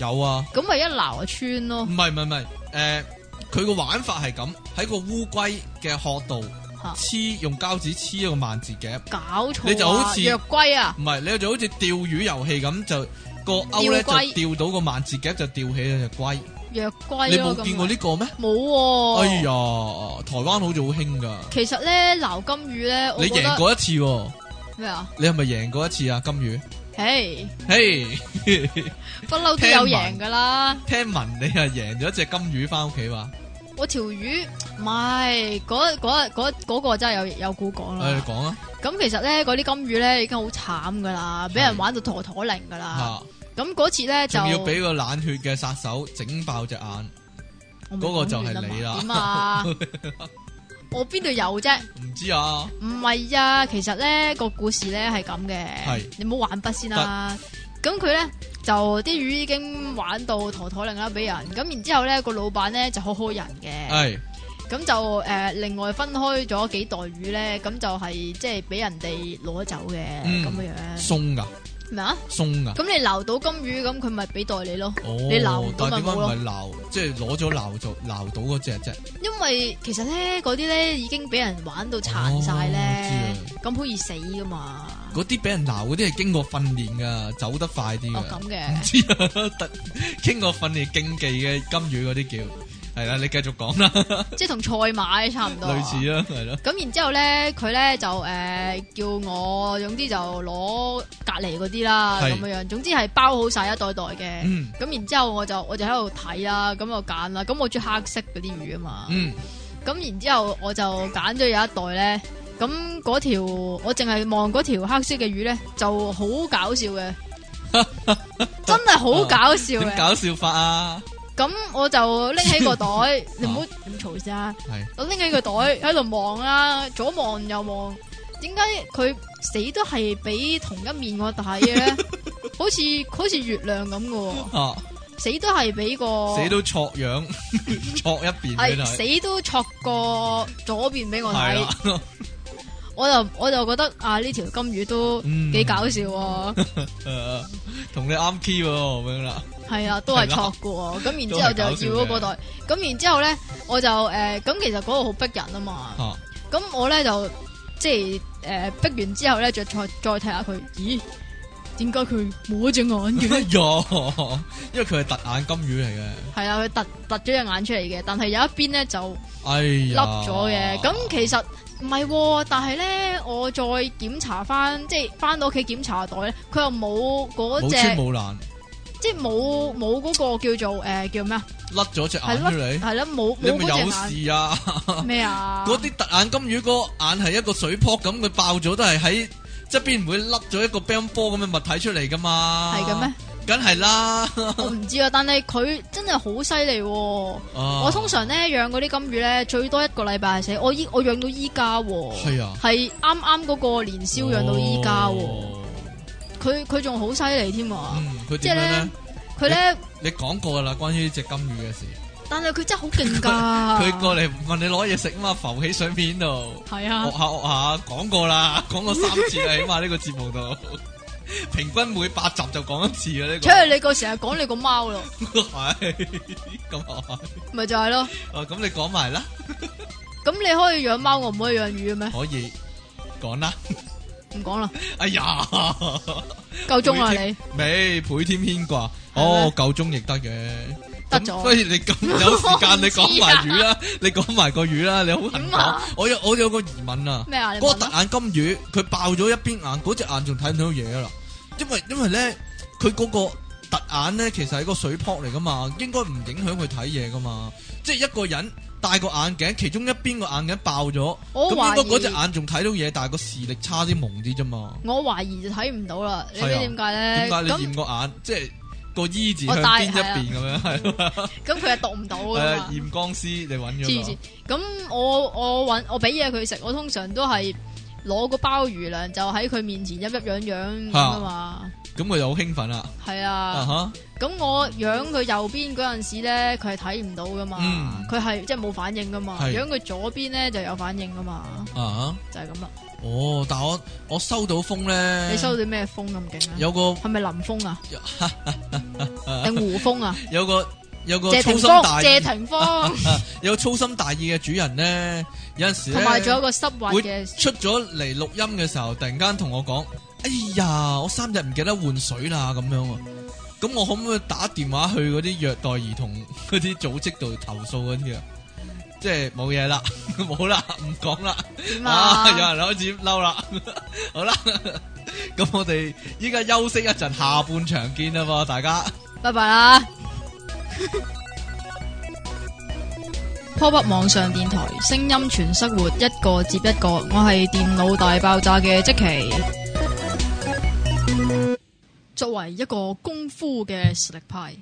有啊，咁咪一撈就穿咯唔，係唔係唔係，誒，佢個玩法係咁，喺個烏龜嘅殼度嚇黐用膠紙黐一個萬字夾，搞錯啊你就好似若龜啊，唔係你就好似釣魚遊戲咁就。個鈎咧吊龜就釣到個萬字夾就吊起咗只龜，若你龟咯冇哎咁啊哦見過樣。呢個咩？冇喎。哎呀，台灣好似好興噶，其實咧撈金魚咧，我你覺贏得過一次喎，咩啊？你係咪贏過一次啊？金魚，嘿，嘿，不嬲都有贏噶啦。聽聞你係贏咗一隻金魚翻屋企話，我條魚唔係嗰嗰嗰嗰個真係有有古誒，講你啦。講啊，咁其實咧嗰啲金魚咧已經好慘噶啦，俾人係玩到陀陀零噶啦。吓，咁嗰次咧就啊仲要俾個冷血嘅殺手整爆隻眼，我咪嗰個就講完係你啦嘛點 啊？我邊度有啫？唔知啊，唔係啊，其實咧個故事咧係咁嘅係，你唔好玩筆先啦。咁佢咧就啲魚已經玩到陀陀令啦，俾人咁，然之後咧個老闆咧就好好人嘅，係咁就誒、呃另外分開咗幾袋魚咧，咁就係即係俾人哋攞走嘅嗯咁嘅樣，鬆噶，咩啊？鬆噶。咁你撈到金魚，咁佢咪俾袋你咯？哦，你鬧唔但到咪係點解冇唔咯係鬧？即係攞咗鬧就鬧到嗰只啫。因為其實咧嗰啲咧已經俾人玩到殘晒哦咧，啊咁好易死噶嘛。嗰啲俾人鬧嗰啲係經過訓練噶，走得快啲哦嘅。咁嘅。唔知啊，特經過訓練競技嘅金魚嗰啲叫係啦，你繼續講啦，即系同賽馬差唔多。類似啦，係咯，咁然之後咧，佢咧就诶、呃叫我，總之就攞隔離嗰啲啦，係咁樣樣。總之係包好晒一袋袋嘅。咁、嗯然之後我就我就喺度睇啦，咁我揀啦。咁我中意黑色嗰啲魚啊嘛。嗯，咁、然之後我就揀咗有一袋咧。咁嗰條我淨係望嗰條黑色嘅魚咧，就好搞笑 嘅，真係好搞笑點嘅。搞笑法啊？咁我就拎起 個袋，你唔好咁嘈先啊！係我拎起個袋喺度望啦，左望右望，點解佢死都係俾同一面我睇 嘅咧？好似好似月亮咁嘅喎，啊，死都係俾個死都錯樣，錯一邊俾係你，死都戳過左邊俾我係啊睇，啦，我就我就覺得啊呢條金魚都嗯幾搞笑 喎，誒同你啱 key 喎咁樣啦，係啊都係戳嘅喎，咁然之後就要嗰都個袋，咁然之後咧我就誒咁其實嗰個好逼人啊嘛。嚇咁我咧就即係诶逼完之後咧，就再再睇下佢，咦？點解佢摸隻眼 嘅哎咧？呀，因為佢係突眼金魚嚟嘅，係啊，佢突突咗隻眼出嚟嘅，但係有一邊咧就哎凹呀，咗嘅。咁、其實唔係喎，但係咧我再檢查翻，即係翻到屋企檢查袋咧，佢又冇嗰冇穿隻，冇爛，即係冇冇嗰個叫做诶、呃叫咩啊？甩咗隻係眼出咯，嚟，係啦，冇你冇咪有嗰隻眼事啊？咩啊？嗰啲突眼金魚個眼係一個水泡咁，佢爆咗都係喺側邊唔會甩咗一個乒乓波咁嘅物體出嚟噶嘛？係嘅咩？？梗係 啦。我唔知啊，但係佢真係好犀利喎。我我通常咧養嗰啲金魚咧，最多一個禮拜係死。我依我養到依家喎，係啊哦係啱啱嗰個年宵養到依家喎。佢佢仲好犀利添啊！嗯，佢即係點樣咧咧？，佢咧，你講過噶啦，關於只金魚嘅事。但係佢真係好勁噶。佢過嚟問你攞嘢食啊嘛，浮喺水面度，係學啊，下學下，講過啦， 講過三次啦，起碼呢個節目度， 平均每八集就講一次嘅呢出去你個成日講你個貓咯，個。 係咁啊，咪就係咯。哦咁你講埋啦，咁你可以養貓，我唔可以養魚嘅咩？可以講啦。唔講啦，哎呀，夠鐘啦每天啊你。未倍添牽掛，係哦咩夠鐘亦得嘅，得咁咗不如你咁有時間，你 我唔講知埋啊魚啦，你講埋個魚啦，你好痕點講啊。我有我有個疑問啊，咩啊？你嗰個問突啦眼金魚佢爆咗一邊眼，嗰隻眼仲睇唔到嘢啦，因為因為咧佢嗰個突眼咧其實係個水泡嚟噶嘛，應該唔影響佢睇嘢噶嘛，即係一個人。戴個眼鏡，其中一邊個眼鏡爆咗，咁我應該懷疑嗰隻眼仲睇到嘢，但係個視力差啲蒙啲啫嘛。我懷疑就睇唔到啦。你知係啊點點解咧？解你咁驗個眼，即係個 E 字向我戴啊邊一邊咁樣，係咯咁佢係讀唔到係噶嘛啊？驗光師你揾黐咗線，咁我我搵我俾嘢佢食，我通常都係攞個鮑魚糧就喺佢面前一一樣樣咁啊嘛，個，咁佢就好興奮啦。係啊啊。哈，咁我養佢右邊嗰陣時咧，佢係睇唔到噶嘛嗯，佢係即係冇反應噶嘛。係養佢左邊咧就有反應噶嘛，啊哈，就係咁啦。哦！但係我我收到風咧，你收到咩風咁勁啊？有個係咪林風啊？定胡風啊？有個有 個謝粗霆心鋒，大謝意，霆鋒，有粗心大意嘅主人咧，有陣時同埋仲有咧一個濕 滑會嘅，出咗嚟錄音嘅時候，突然間同我講：哎呀，我三日唔記得換水啦咁樣喎。咁我可唔可以打電話去嗰啲虐待兒童嗰啲組織度投訴嗰啲啊？即係冇嘢啦， 冇啦，唔講啦。點啊！有啊？人開始嬲啦， 好啦，咁我哋依家休息一陣，下半場見啦喎，大家拜拜啦！p o p 网上電台，聲音全生活，一個接一個。我係電腦大爆炸嘅即奇。作為一個功夫嘅實力派，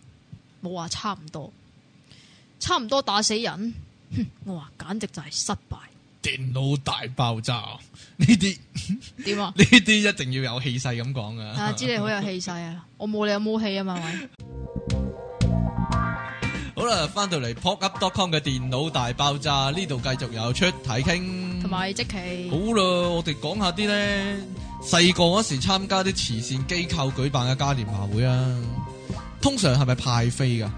冇話差唔多，差唔多打死人，哼我話簡直就係失敗。電腦大爆炸呢啲點 啊？呢啲一定要有氣勢咁講啊！噶。知你好有氣勢啊！我冇你有冇氣啊嘛，係咪？好啦，翻到嚟 popup.com 嘅電腦大爆炸呢度繼續有出體傾，同埋即好期啦，我哋講下啲咧細個嗰時參加啲慈善機構舉辦嘅嘉年華會啊，通常係咪派飛噶？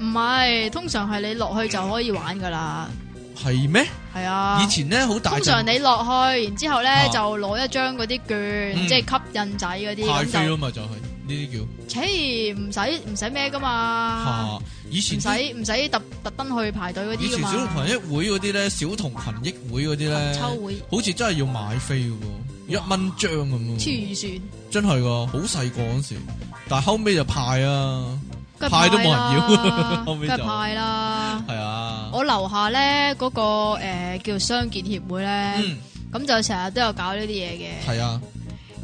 唔係，通常係你落去就可以玩噶啦，係咩？係啊以。前咧好大通陣常你落去，然之後咧、啊就攞一張嗰啲券，嗯即係吸引仔嗰啲派咁飛就啊，嘛，就係呢啲叫。切唔使唔使咩噶嘛，啊！以前唔使唔使特特登去排隊嗰以啲噶前小童嘛，群益會嗰啲咧，小童群益會嗰啲秋咧，會好似真係要買飛嘅喎，一蚊張咁喎，黐線，真係噶，好細個嗰時，但係後尾就派啊，梗係派都冇人要 啦後尾梗係就派啦。係啊，我樓下咧嗰、個、呃、叫商健協會咧，嗯，咁、就成日都有搞呢啲嘢嘅。係啊，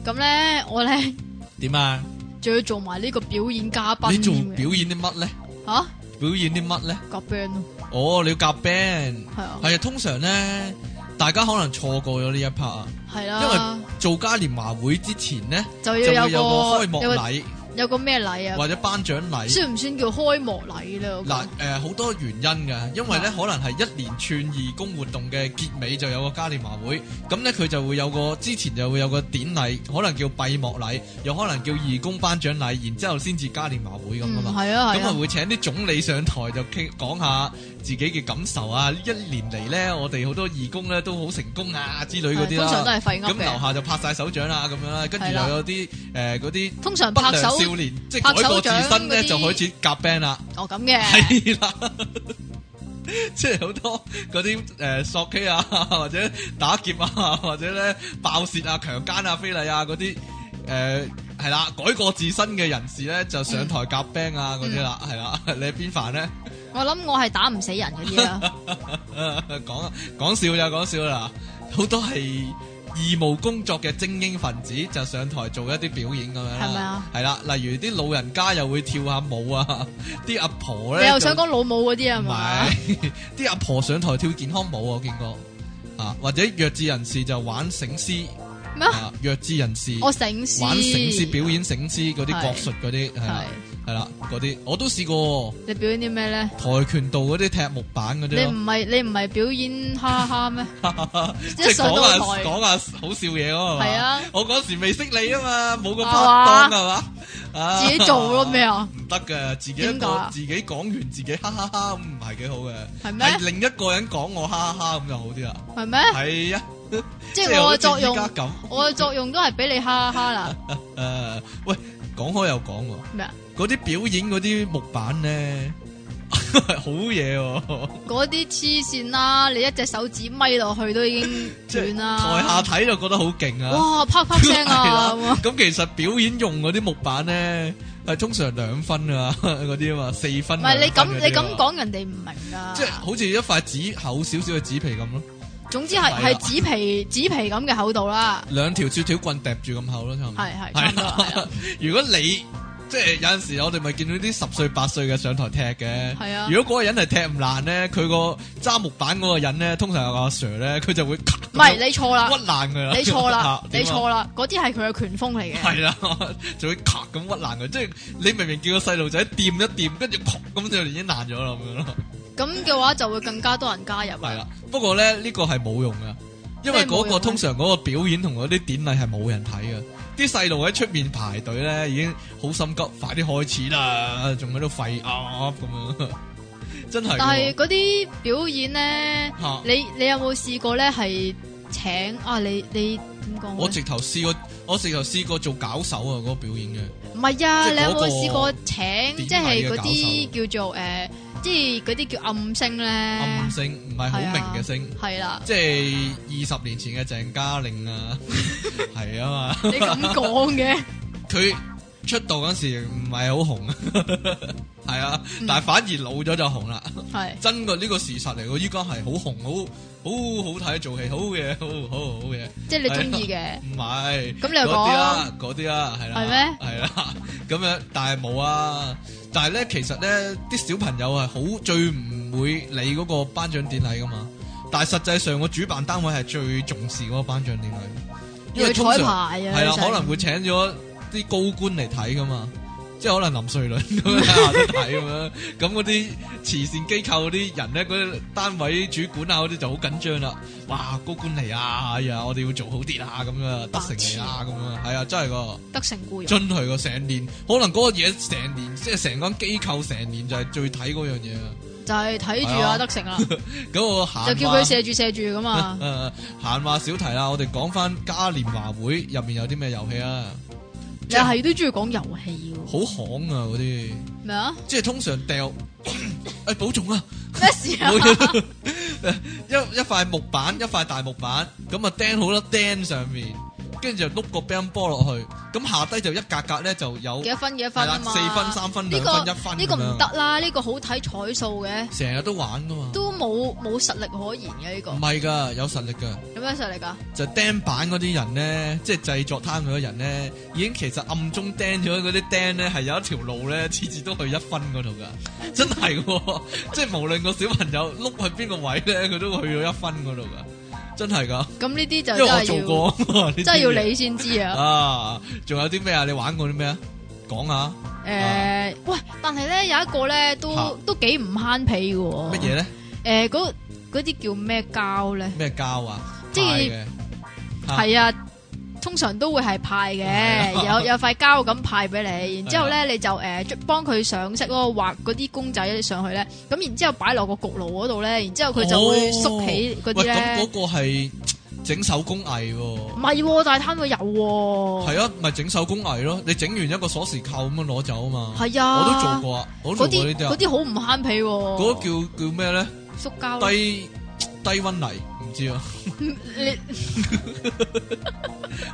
咁咧，我咧點啊？仲要做埋呢個表演嘉賓你做添嘅表演啲乜咧？吓表演啲乜咧？夾 band 咯，哦，你要夾 band，係啊，係啊，通常咧，大家可能錯過咗呢一 part 啊，係因啦，為做嘉年華會之前咧，就就要會有個個開幕有個禮有個咩禮啊？或者頒獎禮。算唔算叫開幕禮咧？我覺得嗱，誒、好多原因㗎，因為咧、啊可能係一連串義工活動嘅結尾就有個嘉年華會，咁咧佢就會有個之前就會有個典禮，可能叫閉幕禮，又可能叫義工頒獎禮，然之後先至嘉年華會咁嗯啊嘛。係啊咁係啊，啊，會請啲總理上台就傾講下自己嘅感受啊！一年嚟呢，我哋好多義工呢都好成功啊之類嗰係啲通常都啦。係廢咁噏樓嘅，下就拍晒手掌啦，咁樣啦，跟住係啦又有啲誒嗰啲通常不拍良手少年，即係拍改手過自掌身呢，嗰啲就開始夾 band 啦。哦咁嘅，系啦，即係好多嗰啲诶索 K 啊，或者打劫啊， 或者咧爆竊啊、強姦啊、非禮啊嗰啲诶係啦，改過自身嘅人士咧就上台夾 band 啊嗰啲啦，嗯係啦， 你係邊範咧？我諗我係打唔死人嗰啲啊 啦，講啊講笑咋，講笑啦，好多係義務工作嘅精英分子就上台做一啲表演咁樣啦，係咪啊？係啦，例如啲老人家又會跳下舞啊，啲阿婆你咧又就想講老母嗰啲係唔嘛？係，啲阿婆上台跳健康舞我見過啊，或者弱智人士就玩醒獅咩啊？啊，弱智人士我醒思，玩醒獅表演醒獅嗰啲係國術嗰啲係啦係係啦嗰啲我都試過你表演啲咩咧？跆拳道嗰啲踢木板嗰你啲唔係你唔係表演哈 哈咩？咯，即即係係上講到下台講下好笑嘢嗰個嘛係啊，我嗰時未識你啊嘛，冇個拍係嘛檔係嘛，啊自己做咯咩啊？唔得噶，自己一點解個啊自己講完自己哈哈哈咁唔係幾好嘅，係係咩？另一個人講我哈哈哈咁就好啲啦。係咩？係啊，即係係好我似嘅作用依，家咁。我嘅作用都係俾你哈哈啦。À, 誒，喂，講開又講喎，咩啊？嗰啲表演嗰啲木板 咧，好嘢喎，嗰啲黐線啦，你一隻手指咪落去都已經 即係斷啦。台下睇就覺得好勁啊。哇，啪啪聲 啊！係啦咁咁其實表演用嗰啲木板咧，係通常兩分 啊，嗰啲啊嘛，四分。唔係你兩分嗰咁啲啊嘛你咁，講，人哋唔明噶即。係好似一塊紙厚少少嘅紙皮咁咯，總之係係啦啊係紙皮紙皮咁嘅厚度啦，兩條雪條棍揼住咁厚咯，差唔多。係係啊差唔多啊啦係啦。如果你即係有陣時，我哋咪見到啲十歲八歲嘅上台踢嘅。係啊如果嗰個人係踢唔爛咧，佢個揸木板嗰個人咧，通常有個阿 Sir 咧，佢就會咔唔係你錯啦，屈爛佢啦。啊你 錯啦嚇，你錯。啦，嗰啲係佢嘅拳風嚟點啊 啊嘅，係啦，就會咔咁屈爛佢，即係你明明叫個細路仔掂一掂，跟住咔咁就已經爛咗啦咁樣咯。咁嘅話就會更加多人加入啊係啊啦。啦，不過咧呢個係冇用噶，因為咩冇嗰用啊個呢通常嗰個表演同嗰啲典禮係冇人睇噶，啲細路喺出面排隊咧已經好心急，快啲開始啦，仲喺度吠啊咁樣， 真係㗎喎。但係嗰啲表演咧，嚇你你有冇試過咧係請啊你你點講我咧？直頭試過，我直頭試過做搞手啊！嗰、個表演嘅唔係啊，即係你有嗰個冇試過請典禮嘅即係嗰搞啲叫做诶，即係嗰啲叫暗星咧？暗星，唔係好明嘅星，係啊啦，即係二十年前嘅鄭嘉玲啊， 係啊嘛，你咁講 嘅，佢出道嗰時唔係好紅， 係啊，但係反而老咗就紅啦，係真個呢個事實嚟喎，依家係好紅，好好好睇做戲，好嘢，好好好嘢。即係你中意嘅，唔係，咁你又嗰啲啦，嗰啲啦，係啦，係咩？係啦，咁樣，但係冇啊。但係咧，其實咧，啲小朋友係好最唔會理嗰個頒獎典禮噶嘛。但係實際上，個主辦單位係最重視嗰個頒獎典禮，因要為去通彩常排啊，係啦，其實可能會請咗啲高官嚟睇噶嘛。即係可能林瑞麟咁樣 下都睇咁樣，咁嗰啲慈善機構嗰啲人咧，嗰啲單位主管啊嗰啲就好緊張啦。哇，高官嚟啊，哎呀，我哋要做好啲啊，咁樣得成嚟啊，咁樣係啊，真係個得成固人，真係個成年，可能嗰個嘢成年，即係成間機構成年就係最睇嗰樣嘢啊。就係睇住係啊啊德 成啦，咁我閒話就叫佢射住射住 咁啊，誒閒話少提啦，我哋講翻嘉年華會入面有啲咩遊戲啊？你係都中意講遊戲嘅好行啊嗰啲，咩啊？即係通常掉，誒保重啊！咩事啊？ 一一塊木板，一塊大木板，咁啊釘好多釘上面，跟住就碌個乒乓波落去，咁下低就一格格咧就有幾多分幾多係分啦啊，嘛？四分、三分、呢兩個分、一分呢個咁唔樣得啦，呢個好睇彩數嘅，成日都玩噶嘛，都冇冇實力可言嘅呢個唔。係噶，有實力噶，有咩實力㗎？就釘板嗰啲人咧，即係製作攤嗰啲人咧，已經其實暗中釘咗嗰啲釘咧，係有一條路咧，次次都去一分嗰度噶， 真係喎！即係無論個小朋友碌去邊個位咧，佢都會去到一分嗰度噶，真係噶，咁呢啲就因真為我係做要，過，真真係要你先知 啊！啊！仲有啲咩啊？你玩過啲咩啊？講下誒，呃喂，但係咧有一個咧啊嚇都都幾唔慳皮嘅喎。乜嘢咧？嘢？誒，嗰嗰啲叫咩膠咧？咩膠啊？即係派嘅嚇係啊，通常都會係派嘅，係啊啊有有塊膠咁派俾你，然之後咧你就誒捽幫佢上色咯，畫嗰啲公仔上去咧，咁然之後擺落個焗爐嗰度咧，然之後佢就會縮起嗰啲哦喂咁嗰咧。個係整手工藝喎唔。係喎，大攤會有喎。係啊，咪整手工藝咯。你整完一個鎖匙扣咁樣攞走啊嘛。係啊，我都做過啊，我都嗰做過呢啲啲嗰啊。啲好唔慳皮喎。嗰個叫叫咩咧？塑膠咯低低温泥唔知啊，你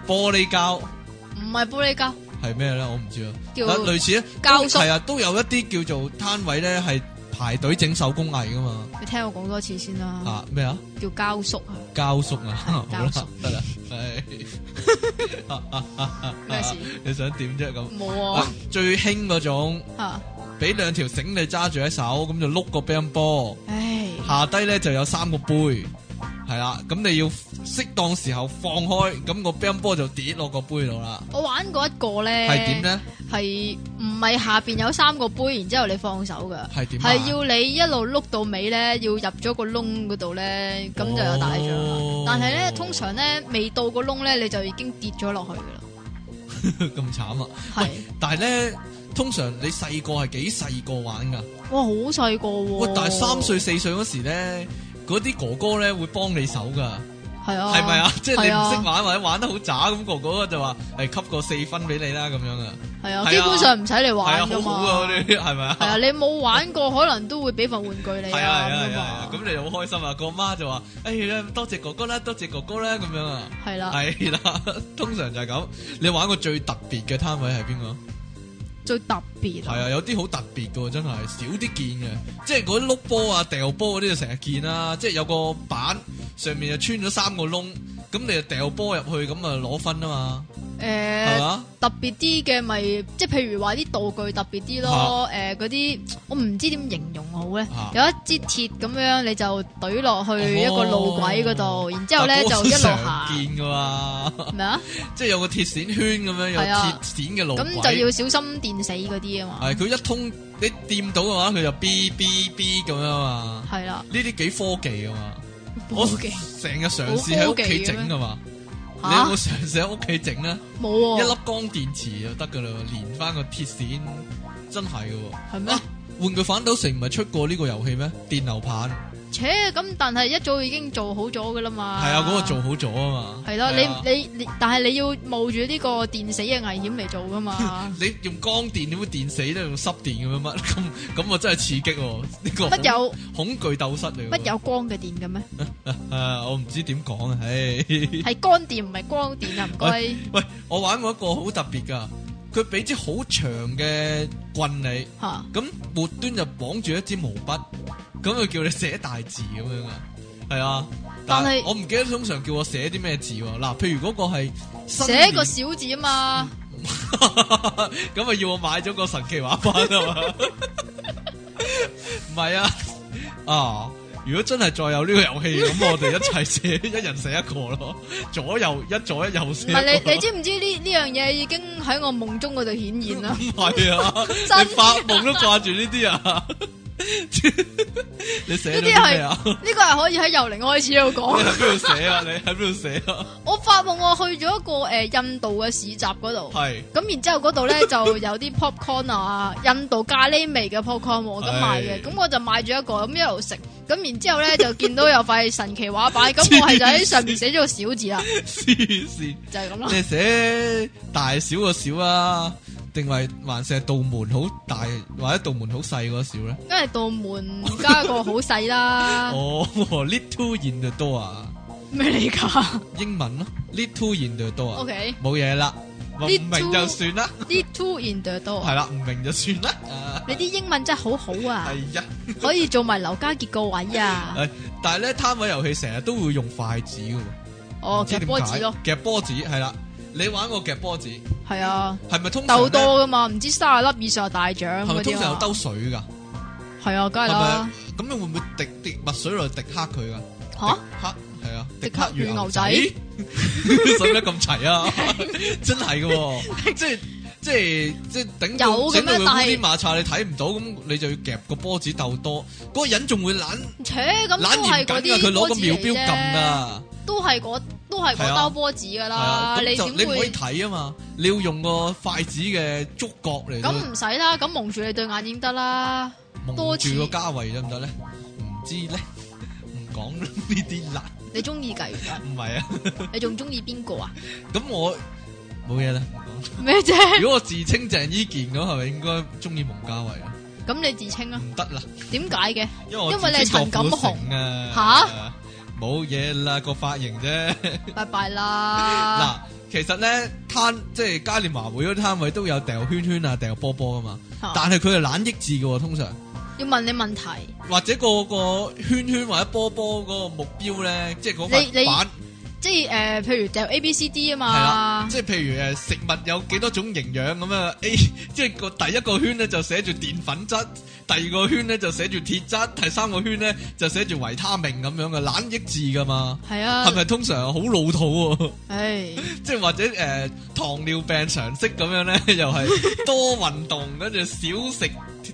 玻璃膠唔係玻璃膠，係咩咧？我唔知啊。叫但類似咧，膠係縮。啊，都有一啲叫做攤位咧，係排隊整手工藝噶嘛。你聽我講多次先啦，嚇咩啊？叫膠縮啊，交叔啊，好交啦叔，得啦，係咩事？你想點啫咁？冇啊啊最興嗰種，嚇，俾兩條繩你揸住喺手，咁就碌個乒乓波，唉，下低咧就有三個杯，係啦，咁你要適當時候放開，咁個乒乓波就跌落個杯度啦。我玩過一個咧，係點？咧？係唔係下邊有三個杯，然之後你放手噶？係點啊？係 要你一路碌到尾咧，要入咗個窿嗰度咧，咁就有大獎啦。哦但係咧，通常咧未到個窿咧，你就已經跌咗落去噶啦。咁慘啊！係，但係咧，通常你細個係幾細個玩㗎？哇，好細個喎！喂，但係三歲四歲嗰時咧，嗰啲哥哥咧會幫你手㗎。係啊，系咪啊？ 即系你係唔啊识玩或者玩得好渣咁，哥哥就話诶，誒給個四分俾你啦咁樣啊，係係啊，啊基本上唔使你係啊，玩好噶嘛。好啊嗰啲係咪系啊，啊？你冇玩過，可能都會俾份玩具你係啊係啊係啊啊，咁咁你就好開心啊！個媽就話：哎呀，多謝哥哥啦，多謝哥哥啦咁樣啊，系啦，係啦， 通常就係咁。你玩過最特別嘅攤位係邊個？最特別係啊，有啲好特別嘅喎，真係少啲見嘅，即係嗰啲碌波啊、掉波嗰啲就成日見啦。即係有個板上面就穿咗三個窿，咁你就掉波入去，咁啊攞分啊嘛，係诶，嘛？特別啲嘅咪即係譬如話啲道具特別啲咯，诶嗰啲我唔知點形容好咧啊，有一支鐵咁樣你就懟落去一個路軌嗰度，然之后咧但嗰個就一路好常行見噶嘛， 咩啊？即係有個鐵線圈咁樣，有係啊鐵線嘅路軌。咁就要小心電死嗰啲啊嘛，係佢一通你掂到嘅話，佢就 B B B 咁樣啊嘛。係啦，呢啲幾科技啊嘛，我冇嘅成日嘗試喺屋企整噶嘛。你有吓冇嘗試喺屋企整咧？冇一喎粒，光電池就得噶啦，連翻個鐵線，真係噶。係咩啊？玩具反斗城唔係出過呢個遊戲咩？電流棒切咁，但係一早已經做好咗噶啦嘛。係啊，嗰個做好咗啊嘛。係咯，係啊。你你你，但係你要冒住呢個電死嘅危險嚟做噶嘛 你用光電點會電死咧？用濕電咁樣 乜？咁咁我真係刺激喎！呢個乜有恐懼鬥室嚟喎。乜有光嘅電嘅咩？啊！我唔知點講啊，唉。 係乾電唔係光電啊，唔該。喂，我玩過一個好特別噶，佢俾支好長嘅棍你，吓咁末端就綁住一支毛筆，咁佢叫你寫大字咁樣啊，係啊。但係我唔記得通常叫我寫啲咩字喎。嗱，譬如嗰個係新寫個年小字啊嘛，咁啊要我買咗個神奇畫板啊嘛？ 唔係啊，啊！如果真係再有呢個遊戲，咁我哋一齊寫，一人寫一個咯，左右一左一右唔寫一個。係你你知唔知呢呢樣嘢已經喺我夢中嗰度顯現 啦？唔係 啊，真你發夢都掛住呢啲啊， 你寫咗啲咩啊？ 呢個係可以喺由零開始喺度你講。喺邊度寫啊？你喺邊度寫啊？我發夢我去咗一個诶、呃印度嘅市集嗰度，係咁然之後嗰度咧就有啲 popcorn 啊，印度咖喱味嘅 popcorn 我咁買嘅，係咁我就買咗一個咁一路食，咁然之後咧就見到有塊神奇畫板，咁我係就喺上面寫咗個小字啦，黐線，就係咁啦 你。係寫大小個小啊，定係還是係道門好大或者道門好細嗰個小咧？梗係道門加個好細啦，哦 ，little in the door 啊，咩嚟㗎英文咯，little in the door 啊 o，k 冇嘢啦，唔 Little- 明就算啦，啲 two in the door，係啦，唔明就算啦，啊你啲英文真係好好啊，係呀。可以做埋劉家傑個位啊，诶，但系咧攤位遊戲成日都會用筷子嘅喎，哦唔知夾點波子解咯，，夾波子係啦。你玩過夾波子係啊。係咪通常斗呢多噶嘛，唔知卅粒以上就大獎係咪通嗰啲常有啊。兜水㗎？係啊，梗係係啦咪。咁你會唔會滴滴墨水落去滴黑佢㗎？吓，黑係啊，滴滴黑黑與與牛牛仔仔， 使咩咁齊啊？真係嘅喎，即係即係即係頂到有嘅咩整到佢但烏係哩馬叉，你睇唔到，咁你就要夾個波子鬥多，嗰個人仲會懶且咁懶都嚴係嗰緊㗎，佢啲攞波個子秒嚟錶撳啫，啊！都係嗰都係係嗰啊兜波子噶係啊啦，，咁就你點唔可以會？睇啊嘛，你要用個筷子嘅觸角嚟到咁唔使啦，咁蒙住你對眼已經得啦。多蒙次住個加位得唔得咧？唔知咧，唔講 呢啲啦，你中 意計㗎？唔係啊，你仲中意邊個啊？咁我冇嘢啦，唔講。咩啫？如果我自稱鄭伊健咁，係咪應該中意蒙嘉慧啊？咁你自稱啊？唔得啦，點解嘅？因為我因為你係自稱陳錦郭富鴻城啊，吓冇嘢啦，個髮型啫。拜拜啦。 嗱，其實咧攤即係嘉年華會嗰啲攤位都有掉圈圈啊，掉波波噶嘛，嚇但係佢係懶益智嘅喎，通常。要問你問題，或者個個圈圈或者波波嗰個目標咧，即係嗰你塊你板即係誒，譬如掉 A、B、C、D 啊係啦嘛，。即係譬如誒食物有幾多種營養咁啊？A 即係個第一個圈咧就寫住澱粉質，第二個圈咧就寫住鐵質，第三個圈咧就寫住維他命咁樣嘅，懶益智噶嘛。係啊係，咪通常好老土喎、 唉，即係或者誒、呃糖尿病常識咁樣咧， 又係多運動，跟住少食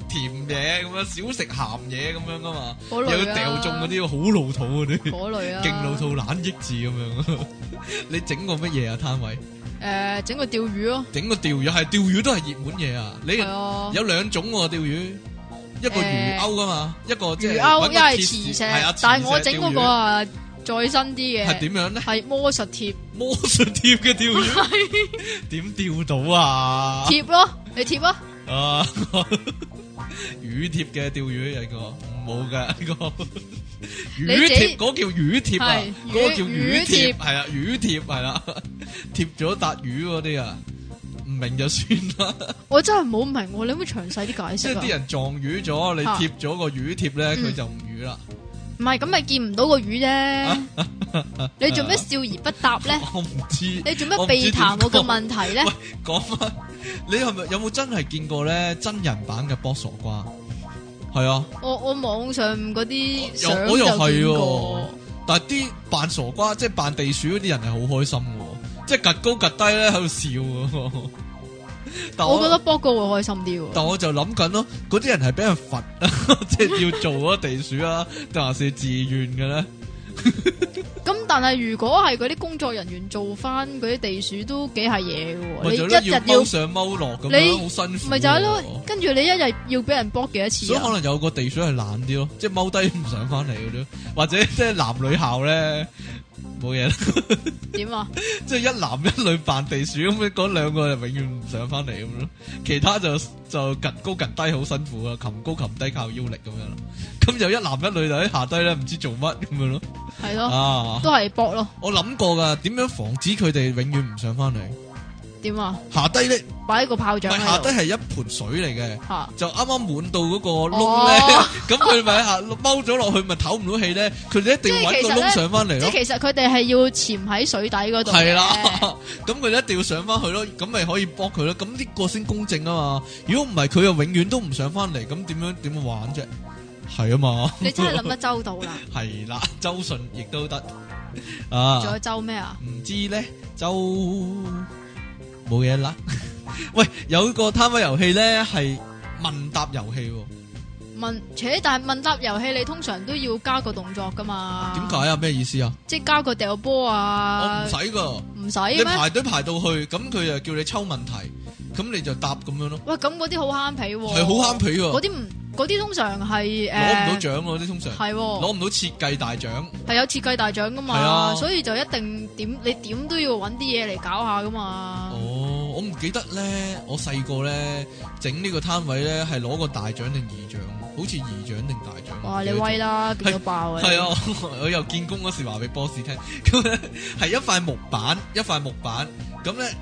甜嘢咁樣，少食鹹嘢咁樣噶嘛，嗰又類啊要掉中嗰啲好老土嗰啲。嗰類啊。勁老套懶益智咁樣， 你整個乜嘢啊？攤位誒，呃整個釣魚咯。整個釣魚係釣魚都係熱門嘢啊！你系啊，有兩種喎釣魚，一個誒魚鈎噶嘛，一個即係魚鈎搵一個係鐵磁線係啊石，但係我磁整石嗰個啊再新啲釣魚係嘅，點樣咧？係魔術貼 魔術貼嘅 釣魚點釣到啊？貼咯，你貼啊， 啊，魚貼嘅釣魚有一個冇噶呢個魚 你自貼，己嗰叫魚貼啊嗰係，個叫魚魚魚貼貼，係啊，魚貼係啦， 貼咗笪魚嗰啲啊，唔明就算啦。我真係冇明喎，你可唔可以詳細啲解即係釋啲啊？人撞魚咗，你啊貼咗個魚貼咧，嗯佢就唔魚啦。 唔係咁咪見唔到個魚啫，你做咩笑而不答咧？我唔知你做咩避談我嘅問題咧？講翻，你係咪有冇真係見過咧真人版嘅波傻瓜？係啊，我我網上嗰啲相我就又見我又過，但係啲扮傻瓜即係扮地鼠嗰啲人係好開心嘅喎，即係趌高趌低咧喺度笑嘅喎。 但我覺得波哥會開心啲喎。但我就諗緊咯，嗰 啲人係俾人罰啊，即係要做嗰個地鼠啊，定還是自願嘅咧？咁但系如果係嗰啲工作人員做翻嗰啲地鼠都幾係嘢嘅喎，咪你就係咯一日要哦要踎上踎落咁你樣，好辛苦。咪就係咯，跟住你一日要俾人搏幾多次所以可啊？能有個地水係懶啲咯，即係踎低唔想翻嚟嗰啲，或者即係男女校咧冇嘢啦， 點啊？即係一男一女扮地鼠咁樣，嗰兩個就永遠唔想翻嚟咁咯，其他就就近高近低好辛苦啊，擒高擒低靠腰力咁樣啦，咁就一男一女就喺下低咧唔知做乜咁樣咯，係咯，啊，都係搏咯。我諗過噶，點樣防止佢哋永遠唔想翻嚟？點啊？下低咧，擺個炮唔仗係下喺低度係一盆水嚟嘅。吓，就啱啱滿到嗰個窿咧哦， 咁佢咪下踎咗落去，咪唞唔到氣咧，佢哋一定要揾個窿上翻嚟即咯，係其實佢哋係要潛喺水底嗰度嘅。係啦， 咁佢哋一定要上翻去咯，咁咪可以搏佢咯，咁呢個先公正啊嘛，如果唔係佢又永遠都唔上翻嚟，咁點樣點樣玩啫？係啊嘛，你真係諗得周到啦。係啦，周順亦都得仲 啊有，周咩啊？唔知咧周冇嘢啦。 喂，有個攤位遊戲咧係問答遊戲喎。問，且但係問答遊戲你通常都要加個動作噶嘛？點？解啊？咩意思啊？即係加個掉波我唔啊？使噶，唔使你咩？排隊排到去，咁佢就叫你抽問題，咁你就答咁樣咯，喂，咁嗰啲好慳皮喎。係好慳皮嗰喎，啲唔，嗰啲通常係诶攞唔到獎喎，啲通常係攞喎，唔到設計大獎，係有設計大獎噶係啊嘛，所以就一定點你點都要揾啲嘢嚟搞下噶嘛。哦，我唔記得咧，我細個咧整呢個攤位咧係攞個大獎定二獎，好似二獎定大獎，哇！唔你記得咗威啦，變到爆啊！係啊， 我又見工嗰時話俾 boss 聽，咁咧係一塊木板，一塊木板，咁咧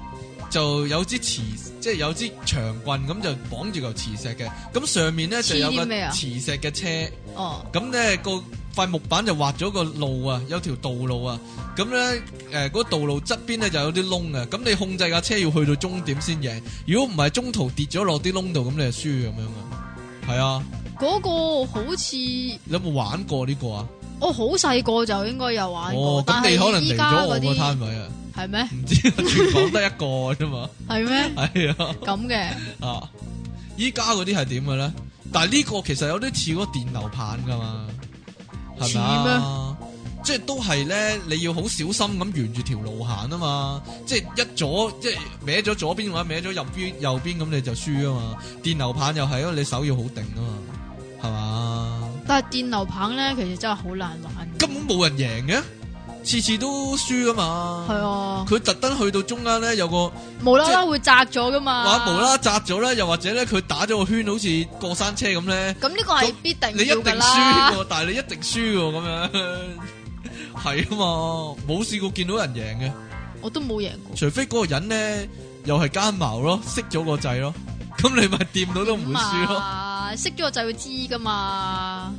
就有支磁，即係有支長棍，咁就綁住嚿磁石嘅，咁上面咧就有黐個啲咩啊磁石嘅車，你！哦，咁咧個塊木板就畫咗個路啊，有條道路啊，咁咧誒嗰道路側邊咧就有啲窿啊，咁你控制架車要去到終點先贏，如果唔係中途跌咗落啲窿度，咁你就輸咁樣啊，係啊，嗰個好似你有冇玩過呢個啊？我好細個就應該有玩過，哦，但咁係你可能依嚟家咗我嗰個啲攤位啊？係咩？唔知啊，全港得一個啫嘛，係咩？係啊咁嘅啊！依家嗰啲係點嘅咧？但係呢個其實有啲似嗰個電流棒噶嘛，係咪啊？即係都係咧，你要好小心咁沿住條路行啊嘛！即係一左即係歪咗左邊或者歪咗右邊右邊咁你就輸啊嘛！電流棒又係因為你手要好定啊嘛，係嘛？但係電流棒咧，其實真係好難玩。根本冇人贏嘅，次次都輸啊嘛！係啊，佢特登去到中間咧有個。無啦啦會砸咗噶嘛。話無啦啦砸咗啦，又或者咧佢打咗個圈，好似過山車咁咧，咁呢個係必定你一定要輸㗎啦。喎，但係你一定輸喎咁樣，係啊嘛，冇試過見到人贏嘅，我都冇贏過。除非嗰個人咧又係奸謀咯，識咗個掣咯，咁你咪掂到都唔會輸咯。啊，識咗就會知噶嘛。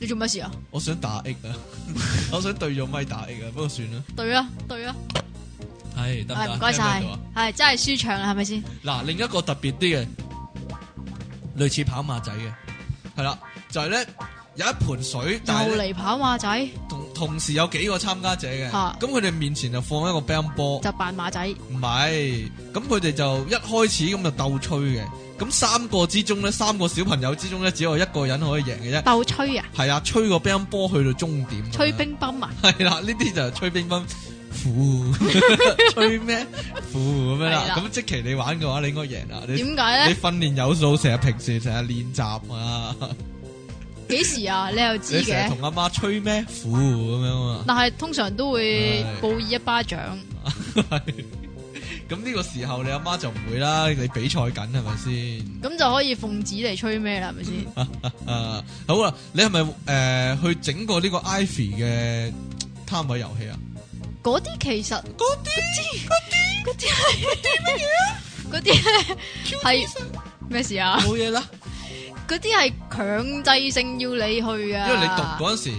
你做乜事啊？我想打 A 啊，我想對咗咪打 A 啊，不過算啦，對啊，對啊，係得係得唔該晒聽唔聽到啊，係真係舒暢啦，係咪先？嗱，另一個特別啲嘅，類似跑馬仔嘅，係啦，就係咧有一盆水，又但係呢嚟跑馬仔同同時有幾個參加者嘅，啊咁佢哋面前就放一個乒乓波，就扮馬仔，唔係，咁佢哋就一開始咁就鬥吹嘅，咁三個之中呢，三個小朋友之中呢，只有一個人可以贏嘅啫，鬥吹啊，係啊，吹個乒乓波去到終點，吹，乒乓啊，係啦，呢啲就係吹乒乓。 呼吹咩？呼咁樣係啦，啦咁即期你玩嘅話，你應該贏啊啦。你點你解訓練有素，成日平時成日練習啊，咧？幾時啊？你又知你成日嘅？同阿媽吹咩？呼咁樣啊。但係通常都會報以一巴掌，咁呢個時候你阿媽就唔會啦，你比賽緊係咪先？咁就可以奉旨嚟吹咩啦？係咪先？啊， 好啦，你係咪誒去整過呢個 Ivy 嘅攤位遊 戲啊？嗰啲其實嗰啲嗰啲係啊嗰啲乜嘢？嗰啲咧係咩事啊？冇嘢啦，嗰啲係強制性要你去噶，因因為你讀嗰陣時，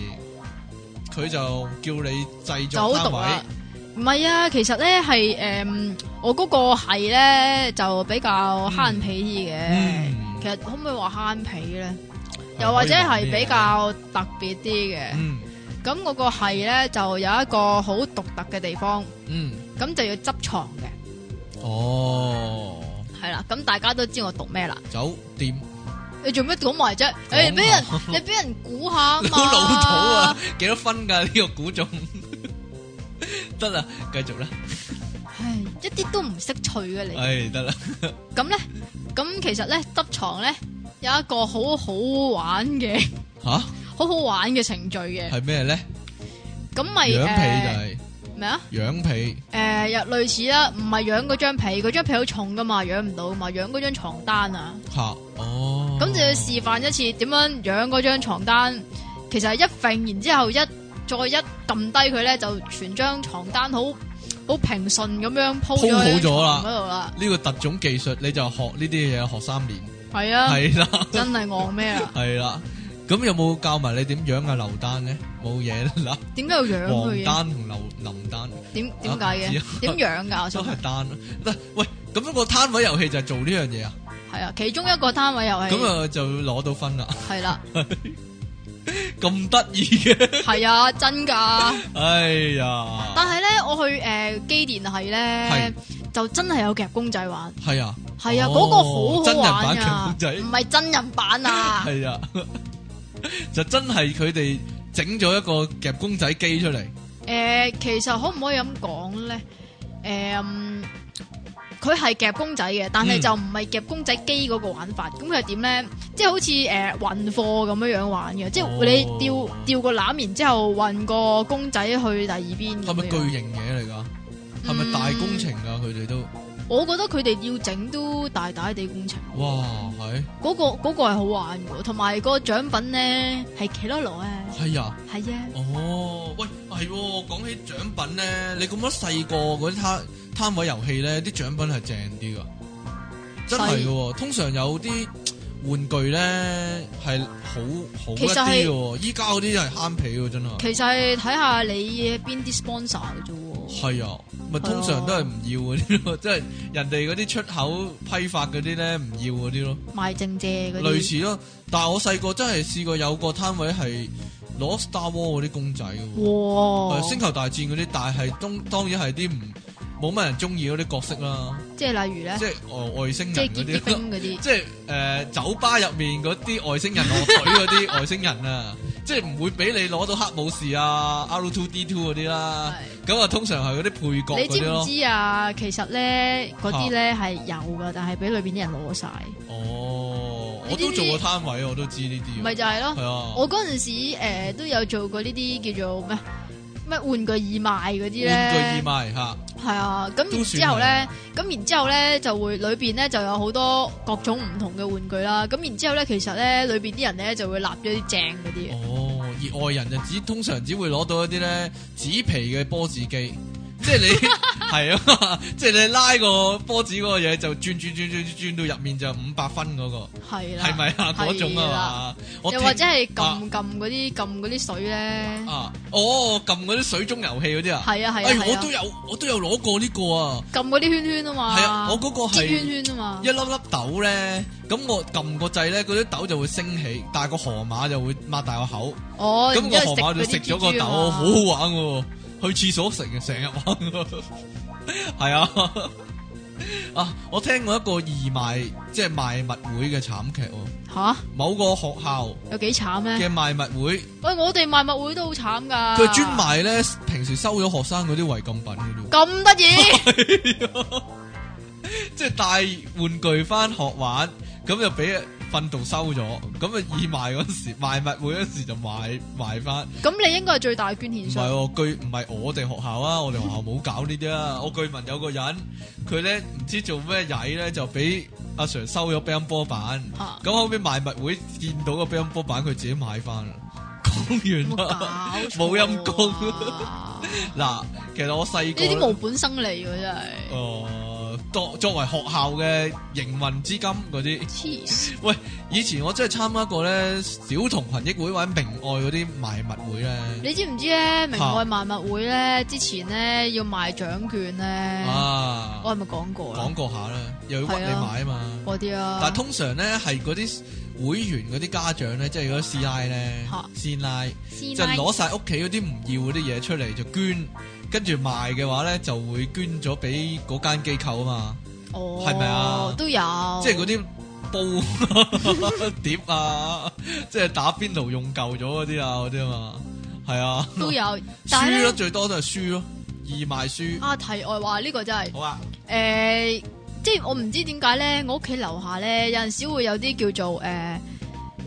佢就叫你製就作好攤毒位啦。唔係啊，其實咧係诶，嗯我嗰個係咧就比較慳皮啲嘅。嗯其實可唔可以話慳皮咧？係又或者可以係玩啲嘢比較特別啲嘅。嗯咁我個係咧就有一個好獨特嘅地方，嗯，咁就要執床嘅，哦， 係啦。咁大家都知我讀咩啦？酒店你做咩講埋啫？诶，俾人講埋你俾人估下啊 嘛，好老土啊！！幾多分㗎呢個估中？ 得啦，繼續啦，唉，一啲都唔識趣嘅你。唉，得啦，咁咧，咁其實咧，執床咧有一個好好玩嘅、 吓好好玩嘅程序嘅。係咩咧？咁咪養诶被咩啊？就係養被，诶，又類似啦，唔係養嗰張被，嗰張被好重噶嘛，養唔到噶嘛，養嗰張床單啊。吓哦，咁就要示範一次點樣養嗰張床單。其實係一揈，然之後一再一撳低佢咧，就全張床單好好平順咁樣鋪鋪咗好喺咗啦床嗰度啦。呢個特種技術，你就學呢啲嘢學三年，係啊，係啦，真係戇咩啊啦？係啦。咁有冇教埋你點養啊劉丹咧？冇嘢啦，點解要養佢黃嘅？丹同劉林丹點點解啊唔知啊嘅？點養㗎？都我想係問丹啦。得喂，咁樣個攤位遊戲就係做呢樣嘢啊，係啊，其中一個單位又咁係啊就攞到分啦，係啦，咁得意嘅，係啊，真㗎。 哎呀！但係咧，我去誒機電係咧係，就真係有夾公仔玩。系啊，係啊，哦嗰個真人好好版玩嘅啊公，仔唔係真人 版啊。系啊，就真系佢哋整咗一个夹公仔机出嚟，诶、呃其實可唔可以咁講咧？诶、嗯佢係夾公仔嘅，但係嗯就唔係夾公仔機嗰個玩法。咁佢係點咧？即係好似诶运货咁樣樣玩嘅，即哦係你吊吊個籃，然之后运個公仔去第二邊。系咪巨？型嘢嚟噶？系咪大工程噶？佢哋都我覺得佢哋要整都大大地工程。哇，嗰、個嗰、個係好玩嘅，同埋個獎品咧係奇洛羅啊，系系啊，係啊，哦，喂，系讲起奖品咧，你咁多细个嗰啲摊摊位游戏咧，啲奖品系正啲噶，真系噶。通常有啲呃玩具咧系好好一其實係啲嘅，依家嗰啲系悭皮嘅真系。其實係睇下你邊啲 sponsor 嘅啫喎。系啊，咪通常都系唔要嗰啲咯，即系人哋嗰啲出口批發嗰啲咧唔要嗰啲咯，賣正借嗰啲。類似咯。但系我細個真係試過有個攤位係攞 Star War 嗰啲公仔嘅喎，哇係！星球大戰嗰啲，但係當當然係啲唔冇乜人中意嗰啲角色啦，即係例如咧即，係外外星啊即人嗰係結啲啲啦。冰嗰啲， 即係诶酒吧入面嗰啲外星人樂隊嗰啲外星人啊，即係唔會俾你攞到黑武士啊、R two D two 嗰啲啦。咁啊，通常係嗰啲係配你角嗰知啲唔咯。知啊？其實咧，嗰啲咧係有噶，但係俾裏邊啲人攞晒，哦，呢我啲都做過攤位，我都知呢啲。咪就係係咯。啊，我嗰陣時呃都有做過呢啲叫做咩咩玩具義賣嗰啲玩具義咧，賣嚇，係啊。咁然之後咧，咁然之後咧就會裏邊咧就有好多各種唔同嘅玩具啦。咁然之後咧，其實咧裏邊啲人咧就會立咗啲正嗰啲嘅。哦，而外人就只通常只會攞到一啲咧紙皮嘅波子 機，即係你係啊， 即係你拉個波子嗰個嘢就轉轉轉轉轉到入面就五百分嗰個，係啦，係咪啊？嗰種啊嘛，我又聽或者係撳撳嗰啲撳嗰啲水咧，啊，哦，撳嗰啲水中遊戲嗰啲啊，係啊係啊哎，我係啊都。有我都有攞過呢個啊，揿嗰啲圈圈啊嘛，係啊，我嗰個即係。圈圈啊嘛一，粒粒豆咧，咁我撳個掣咧，嗰啲豆就會升起，但係個河馬就會擘大個口，哦，咁、然個之河後馬就食食咗個嗰啲豬豬豆，啊好嘛好玩喎！去廁所食嘅，成日玩 喎，係啊，啊，我聽過一個義賣即係賣物會嘅慘劇喎，吓，某個學校有幾慘咧？嘅賣物會，喂，我哋賣物會都好慘㗎，佢專賣咧平時收咗學生嗰啲違禁品嘅啫咁 得意，喎，即係帶玩具翻學玩。咁就俾訓導收咗，咁啊義賣嗰時賣物會嗰時就賣賣翻，咁你應該係最大捐唔獻係商，喎，據唔係我哋學校啊，我哋學校冇搞呢啲啊，我據聞有個人佢咧唔知做咩曳咧，就俾阿 Sir 收咗乒乓波板，嚇咁後尾賣物會見到個乒乓波板，佢自己買翻啦，有講冇完搞啦，錯冇陰功啊嗱，其實我細個呢啲無本生利 喎，真係誒作作為學校嘅營運資金嗰啲。黐線，喂，以前我真係參加過咧小童群益會或者明愛嗰啲賣物會咧，你知唔知咧？明愛賣物會咧，之前咧要賣獎券咧，啊，我係咪講過啦講？過下啦，又要屈你係啊買啊嘛。嗰啲啊，但係通常咧係嗰啲會員嗰啲家長咧，即係嗰啲師奶咧嚇，師奶師就奶攞晒屋企嗰啲唔要嗰啲嘢出嚟就捐，跟住賣嘅話咧就會捐咗俾嗰間機構啊嘛，哦，係咪啊都有，即係嗰啲煲 碟啊，即系打邊爐用舊咗嗰啲啊，嗰啲啊嘛，係啊，都有，但係輸得咧最多都係輸咯，易賣輸。啊題外話呢個真係好啊，诶、即係我唔知點解咧，我屋企樓下咧有阵时會有啲叫做诶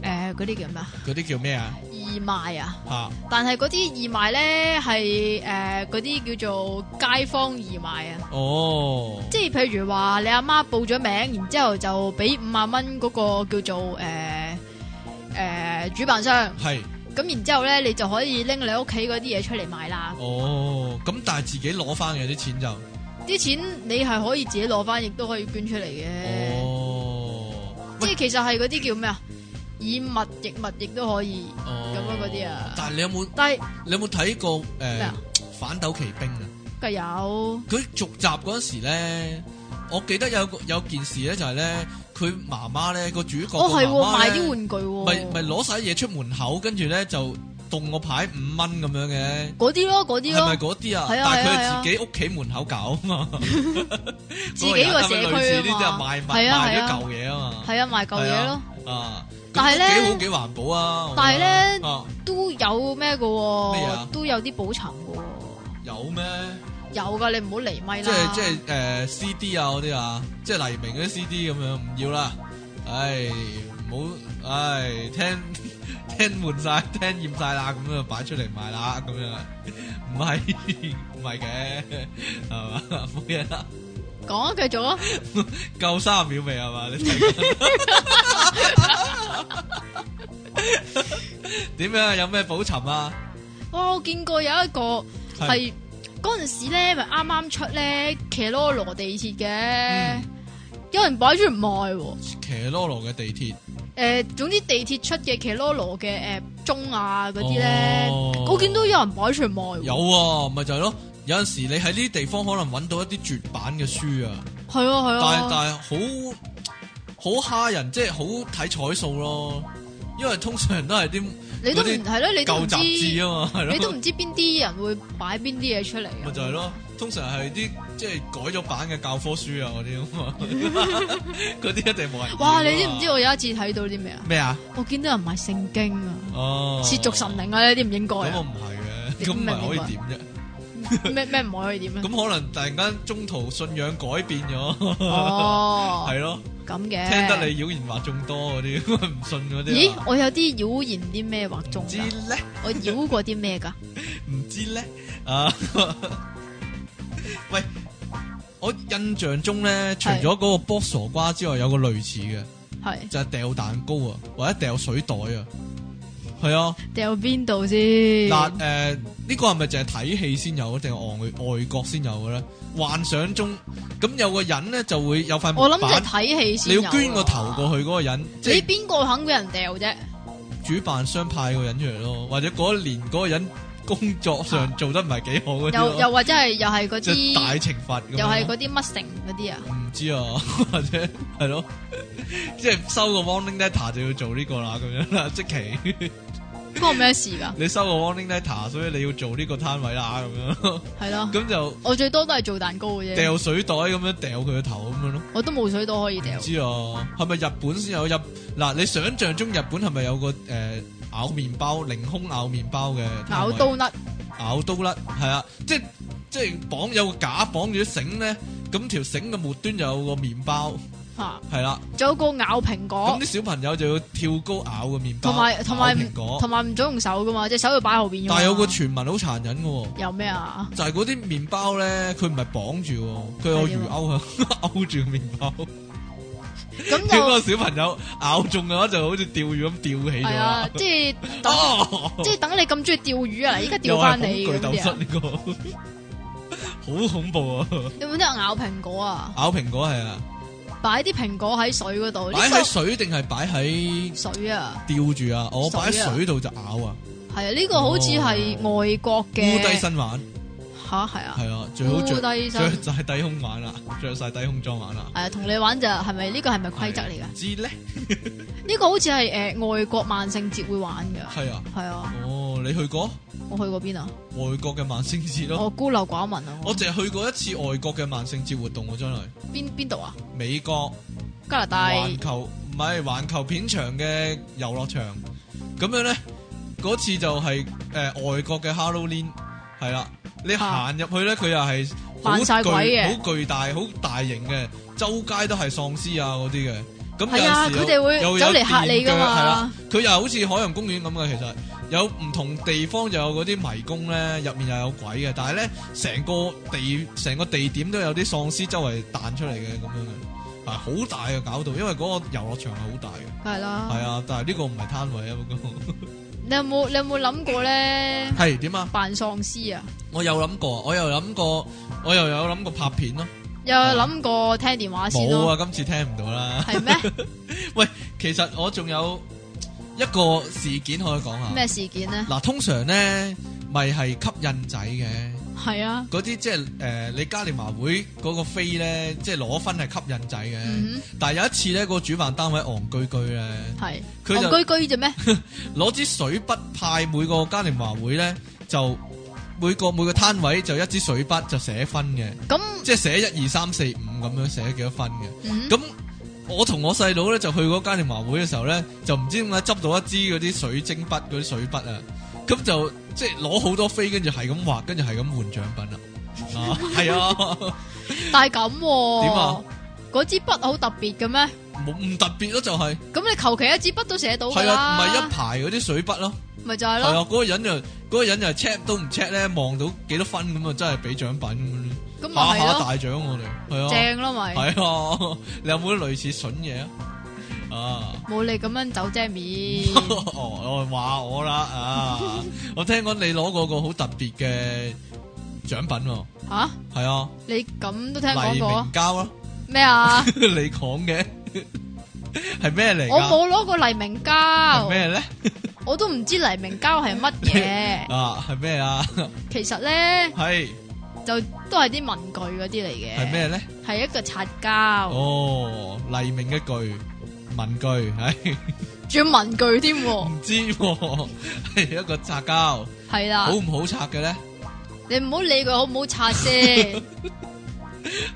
诶嗰啲叫咩啊嗰啲叫咩啊？義賣啊，吓，但係嗰啲義賣咧係诶嗰啲叫做街坊義賣啊。哦，即係譬如話你阿媽報咗名，然之后就俾五萬蚊嗰個叫做诶诶、呃主辦商，係，咁然之后咧你就可以拎你屋企嗰啲嘢出嚟賣啦。哦，咁但係自己攞翻嘅啲錢就，啲錢你係可以自己攞翻，亦都可以捐出嚟嘅。哦，即係其實係嗰啲叫咩啊？以物易物亦都可以，哦咁樣嗰啲啊但係你有冇但係你有冇睇過咩誒啊反斗奇兵啊？梗係有佢續集嗰陣時咧，我記得有個有件事咧，就係咧佢媽媽咧個主角哦係係喎，賣賣啲玩具喎，咪咪攞晒嘢出門口，跟住咧就動個牌五蚊咁樣嘅，嗰啲咯，嗰啲係咪咯，嗰啲啊？係啊但係啊係係啊佢自己屋企門口搞 啊嘛，自己個社嗰人係咪類似區呢啲啊啊嘛，賣物係啊賣係咗啊舊嘢啊嘛，係啊賣舊嘢係咯啊，啊，但係呢咁都幾好幾環保啊！我覺得但係呢啊都有咩嘅咩啊喎，都有啲補償嘅喎，有咩？有噶，你唔好離咪即啦，係即係诶 CD 啊嗰啲啊，即係黎明嗰啲 CD 咁樣唔要啦，唉唔好唉聽聽悶晒，聽厭晒啦，咁樣擺出嚟賣啦，咁樣唔係唔係嘅係嘛冇嘢啦，講啊繼 續啊，夠三十秒未啊係嘛？你睇緊 點樣有咩補尋啊？哦哇我見過有一個係啊嗰陣時咧，咪啱啱出咧騎羅羅地鐵嘅嗯，有人擺出唔賣喎。騎羅羅嘅地鐵。诶、呃總之地鐵出嘅騎羅羅嘅诶鐘啊嗰啲咧，哦我見到有人擺出嚟賣喎，有喎，咪就係咯。有陣時你喺呢啲地方可能揾到一啲絕版嘅書啊，係啊係但啊係，但係好好蝦人，即係好睇彩數咯。因為通常都係啲你都唔嗰啲係咯，你都舊唔知，雜誌啊嘛，係你都咯，啊唔知邊啲人會擺邊啲嘢出嚟啊咪嘅。就係咯。通常係啲即係改咗版嘅教科書啊嗰啲啊 嘛，嗰啲一定冇人要啊。哇！你知唔知我有一次睇到啲咩啊？咩啊？我見到有人賣聖經啊，哦，褻瀆神靈啊，呢啲唔應咁該我啊。唔係嘅，點咁咪明啊可白以點啫？咩咩唔可以點咧？啊咁可能突然間中途信仰改變咗，哦，係咯。咁嘅。聽得你妖啊言惑眾多嗰啲， 唔信嗰啲咦啊。？我有啲妖言啲咩畫中唔知㗎咧， 我妖過啲咩㗎？唔知咧啊！ 喂，我印象中咧，除咗嗰個剝傻瓜之外，有個類似嘅係就係掉蛋糕啊，或者掉水袋啊。係啊，掉邊度先？嗱誒，呢個係咪淨係睇戲先有，定係外外國先有嘅咧？幻想中咁有個人咧就會有塊我木諗就係板，睇戲你先啊要捐個個頭過去嗰個人，即你係邊個肯俾人掉啫？主辦商派個人出嚟咯，或者嗰一年嗰個人工作上做得唔係幾好嗰啲又咯，又或者係又係嗰即係大啲，懲罰咁樣咯。又係嗰啲乜成嗰啲啊？唔知啊，或者係咯，即係收個 warning letter 就要做呢個啦，咁樣啦，即期關我咩事㗎？你收個 warning letter，所以你要做呢個攤位啦，咁樣 咯係咯，咁就我最多都係做蛋糕嘅啫，掉水袋咁樣掉佢個頭咁樣咯。我都冇水都可以掉唔。知啊，係咪日本先有日嗱？你想象中日本係咪有個诶、呃咬麵包、凌空咬麵包嘅攤咬位刀甩，咬刀甩，係啊，即係即系綁有個架綁住啲繩咧，咁條繩嘅末端就有個麵包，吓，係啦，仲有個咬蘋咁果啲，小朋友就要跳高咬個麵包，哦同埋同埋咬蘋果，同埋唔准用手噶嘛，隻手要擺後邊㗎嘛。但係有個傳聞好殘忍嘅喎，有咩啊？就係嗰啲麵包咧，佢唔係綁住喎，佢有係點魚啊鈎啊， 勾住個麵包， 咁如果個就小朋友咬中嘅話，就好似釣魚咁吊起咗係啊啦，，即係等哦即係等你咁中意釣魚啊！嗱依家又釣係翻你恐咁懼鬥啲室啊？呢個，好恐怖啊！有冇啲人咬蘋果啊？咬蘋果係啊。擺啲蘋果喺水嗰度，呢摆喺個水定系摆喺水啊，吊住啊？我摆喺水度就咬啊，係啊，呢個好似係外國哦烏嘅低身玩吓，係啊，系啊，最好着烏低身着晒低胸玩啦，着晒低胸裝玩啦。係啊，同你玩就係咪呢個係咪規則嚟㗎？唔知咧，呢個好似係诶外國萬聖節會玩㗎，係啊，係啊，哦，你去過我去過邊啊？外國嘅萬聖節咯？我孤陋寡聞啊！我淨係去過一次外國嘅萬聖節活動喎，真係邊边度啊？美國加拿大環球唔係環球片場嘅遊樂場，咁樣咧嗰次就係、诶外國嘅 Halloween 係啦，你行入去咧佢又係好啊扮晒巨鬼嘅好巨大、好大型嘅，周街都係喪屍啊嗰啲嘅。咁有係陣啊時又佢哋會又有走嚟嚇你㗎電鋸嘛係啦，佢又好似海洋公園咁嘅，其實有唔同地方就有嗰啲迷宮咧，入面又有鬼嘅，但係咧成個地成個地點都有啲喪屍周圍彈出嚟嘅咁樣嘅，啊好大嘅搞到，因為嗰個遊樂場係好大嘅，梗係係啦。啊，但係呢個唔係攤位啊，不 過你有冇你有冇諗過咧？係點啊？扮喪屍啊？我有諗過，我又諗過，我又有諗過拍片咯，有諗過聽電話先啊冇咯？啊，今次聽唔到啦。 係咩？其實我仲有一個事件可以講下。咩事啊 件咧？嗱，通常咧咪係吸引仔嘅，係啊，嗰啲即係诶，你嘉年華會嗰個飛咧，即係攞分係吸引仔嘅。嗯但係有一次咧，個主辦單位戇居居咧，哼，係佢就戇居居啫咩？攞支水筆派每個嘉年華會咧，就每個每個攤位就一支水筆就寫分嘅，咁即係寫一二三四五咁樣寫幾多分嘅。嗯咁我同我細佬咧就去嗰嘉年華會嘅時候咧，就唔知點解執到一支嗰啲水晶筆嗰啲水筆啊，咁就即係攞好多飛，跟住係咁畫，跟住係咁換獎品啦。啊，係啊，但係咁喎點啊？嗰支筆好特別嘅咩？冇唔特別咯，就係咁你求其一支筆都寫到㗎係啊，唔啦，係一排嗰啲水筆咯，咪就係係咯啊，。嗰個人就嗰個人就 check 都唔 check 咧，望到幾多分咁啊，真係俾獎品咁樣，咁咪下係下咯，大獎我哋，係啊， 正咯咪，係啊，你有冇啲類似筍嘢啊？啊！冇你咁樣走遮面， 哦，我話我啦 啊！我聽講你攞過個好特別嘅獎品喎，吓係啊，你咁都聽講黎過明膠咯，咩啊？ 你講嘅係咩嚟我㗎？冇攞過黎明係膠，啊咩咧？我都唔知黎明膠係乜嘢。啊， 係咩啊？其實咧係就都係啲文具嗰啲嚟嘅，係？咩咧？係一個擦膠，哦，黎明嘅句文句係仲要文具添 喎，唔知喎，係一個擦膠，係啦好。唔好擦嘅咧？你唔好理佢好唔好 擦先，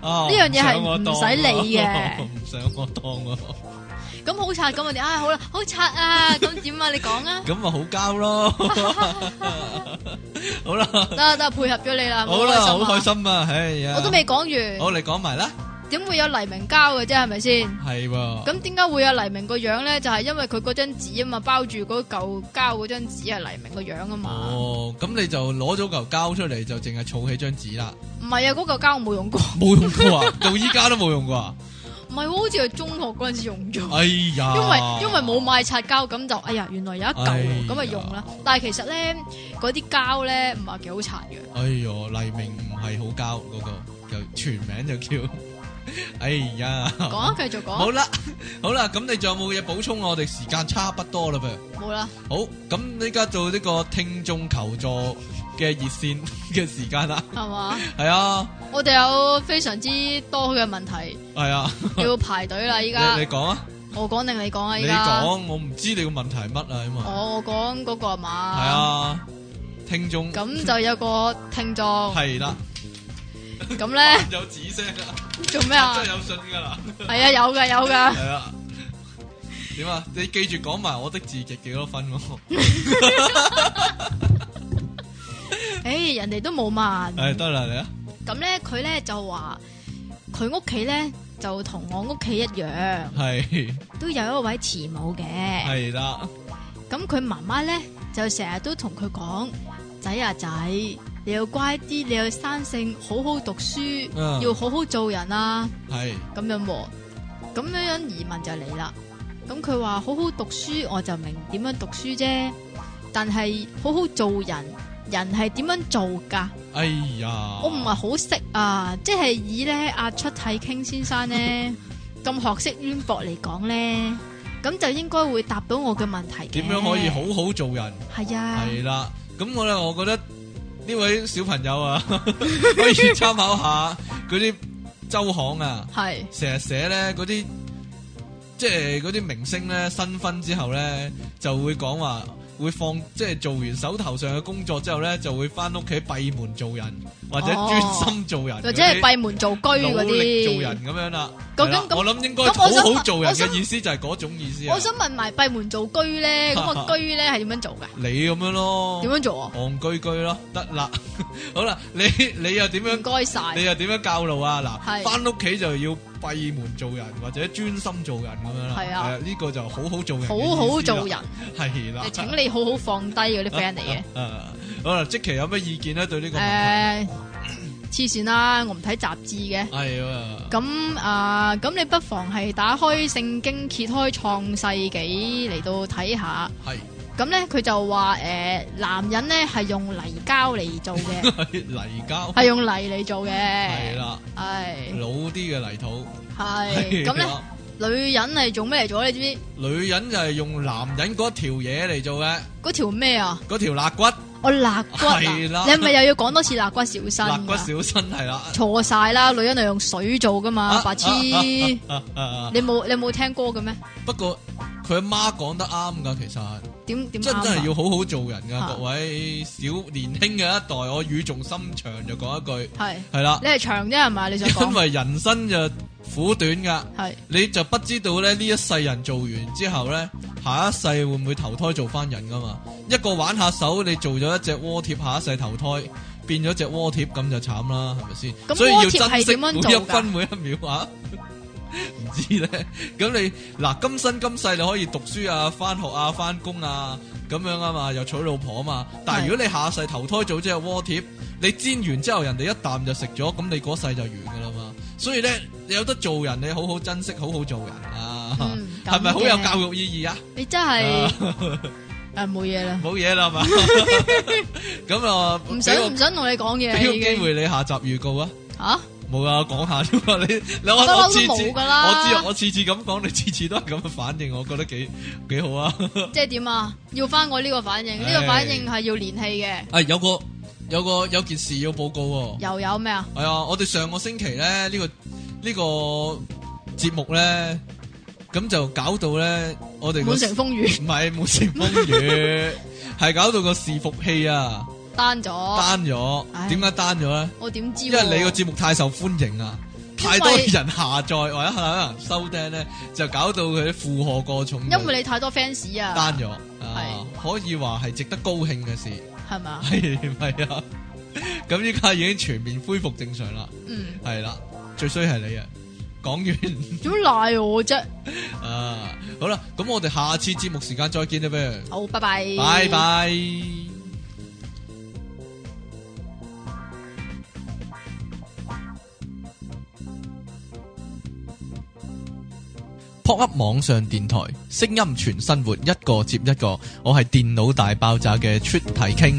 啊，呢樣嘢係唔想我唔當使喎理嘅 唔想我當喎，咁好擦咁我哋啊好啦，好擦啊，咁點啊？你講 啊，咁咪好膠咯。 好啦。得得配合咗你啦，好啦，好開開心啊，心啊，哎呀，我都未講完，好，你講埋啦，點會有黎明膠嘅啫？係咪先？係喎，咁點解會有黎明個樣咧？就係、因為佢嗰張紙啊嘛，包住嗰嚿膠嗰張紙係黎明個樣啊嘛。哦，咁你就攞咗嚿膠出嚟，就淨係儲起張 紙啦，唔係啊，嗰嚿膠我冇用過，冇用過啊，到依家都冇用過啊，唔係喎好似係中學嗰陣時用咗。哎呀，因為因為冇買擦膠，咁就哎呀，原來有一哎呀嚿咁咪用啦。但係其實咧，嗰啲膠咧唔係幾好擦嘅。哎呦，黎明唔係好膠嗰個，就全名就叫，哎呀，講啊，繼續講好，啦，好啦，咁你仲有冇嘢補充啊？我哋時間差不多啦噃。冇啦。好，咁呢家做呢個聽眾求助嘅熱 線嘅時間啦，係嘛？係啊，我哋有非常之多嘅 問題係啊，要排隊啦！依家你你講啊。我講定你講啊！依你家我講，我唔知你個問題係乜啊，因為係我講嗰個係嘛？。啊，聽眾咁就有個聽眾，係啦，咁咧有紫聲啊，做咩啊真？係有信㗎啦，係啊，有噶有噶，係啊，點啊？你記住講埋我的字極幾多分喎？诶，人哋都冇問。誒得啦， 你啊，咁咧，佢咧就話佢屋企咧就同我屋企一樣，係都有一位慈母嘅。係啦，咁佢媽媽咧就成日都同佢講：仔啊仔，你要乖啲，你要生性，好好讀書，嗯要好好做人啊。係咁樣喎，咁樣樣疑問就嚟啦。咁佢話好好讀書，我就明點樣讀書啫。但係好好做人，人係點樣做㗎？哎呀，我唔係好識啊，即係以咧阿出體傾先 生咧咁學識淵博嚟講咧，咁就應該會答到我嘅問題嘅。點樣可以好好做人？係啊，係啦，咁我咧，我覺得呢位小朋友啊，可以參考下嗰啲周行啊。係成日寫咧嗰啲，即係嗰啲明星咧新婚之後咧就會講話，會放即係做完手頭上嘅工作之後咧，就會翻屋企閉門做人，或者哦專心做人嗰啲，或者係閉門造車努嗰力做啲。人咁樣啦。究係竟啦咁我諗應該咁我好想好問做人我想嘅意思就係嗰種意思啊我。想問埋閉門造車 咧，咁個居咧係點樣做噶？你咁樣咯，點樣做啊？戇居居咯，得啦。 好啦，你你又點唔樣？該晒。你又點樣教路啊？嗱，係翻屋企就要閉門做人，或者專心做人咁樣啦。係啊係，呢個就好好做人，好好做，人，係啦誒。請你好好放低嗰啲 friend 嚟嘅。 啊好啦，即期有咩意見咧？對呢個問題誒，黐線啦，我唔睇雜誌嘅。係 啊，咁啊，咁你不妨係打開聖經，揭開創世紀嚟到睇下。係咁咧，佢就話誒，男人咧係用泥膠嚟做嘅， 係泥膠，係用泥嚟做係嘅。啦，係老啲嘅泥土。係咁咧，啦女人係做咩嚟做呢？啊你知唔女人就係用男人嗰條嘢嚟做嘅，知嗰條咩啊？嗰條肋骨、我肋骨啊！你係啦係咪又要講多次肋骨小肋身骨噶？小身係啦。錯晒啦！女人係用水做噶嘛，啊白痴！啊啊你啊啊啊冇你冇聽歌嘅咩？不過佢阿媽講得啱㗎，其實點點真啱啊真係要好好做人㗎，啊各位小年輕嘅一代，我語重心長就講一句，係係啦你，係長啫係嘛？你 想因講為人生就苦短㗎，係你就不知道咧呢一世人做完之後咧，下一世會唔會投胎做翻人㗎嘛？一個玩下手，你做咗一隻鍋貼，下一世投胎變咗隻鍋貼，咁就慘啦，係咪先？咁所以要珍鍋貼係惜點每樣做一㗎分每一秒啊！ 唔知咧，咁你嗱今生今世你可以讀書啊、翻學啊、翻工啊咁樣啊嘛，又娶老婆啊嘛。但係係如果你下世投胎做隻鍋貼，你煎完之後人哋一啖就食咗，咁你嗰世就完噶啦嘛。所以咧，你有得做人，你好好珍惜，好好做人啊。嗯 係咪咁好嘅有教育意義啊？你真係誒冇嘢啦，冇嘢啦 嘛。咁啊，唔俾想我唔想同你講嘢啦俾個已機經會你下集預告啊。嚇冇啊，講下啫嘛。你你我不嬲我都次次冇㗎啦我知啊我次次咁講，你次次都係咁嘅反應，我覺得幾幾好 啊。即係點啊？要翻我呢個反應，呢唉個反應係要連戲嘅，啊，有個有個有件事要報告喎。又有咩啊？係啊，我哋上個星期咧呢、呢個呢、個節目咧，咁就搞到咧我哋個滿城風雨唔係滿城風雨，係搞到個伺服器啊單咗，單咗。哦唉點解單咗咧？我點知喎？因為你個節目太受歡迎啊，因太為多人下載或者可能收聽咧，就搞到佢負荷過重，因為你太多 fans 啊，單咗，啊，可以話係值得高興嘅事， 係嘛？係咪啊？咁依家已經全面恢復正常啦，嗯，係啦，最衰係你啊！講完 點賴我啫？啊，好啦，咁我哋下次節目時間再見啦，不如，好，拜拜，拜拜。撲 up 網上電台，聲音全生活，一個接一個。我係電腦大爆炸嘅出體傾。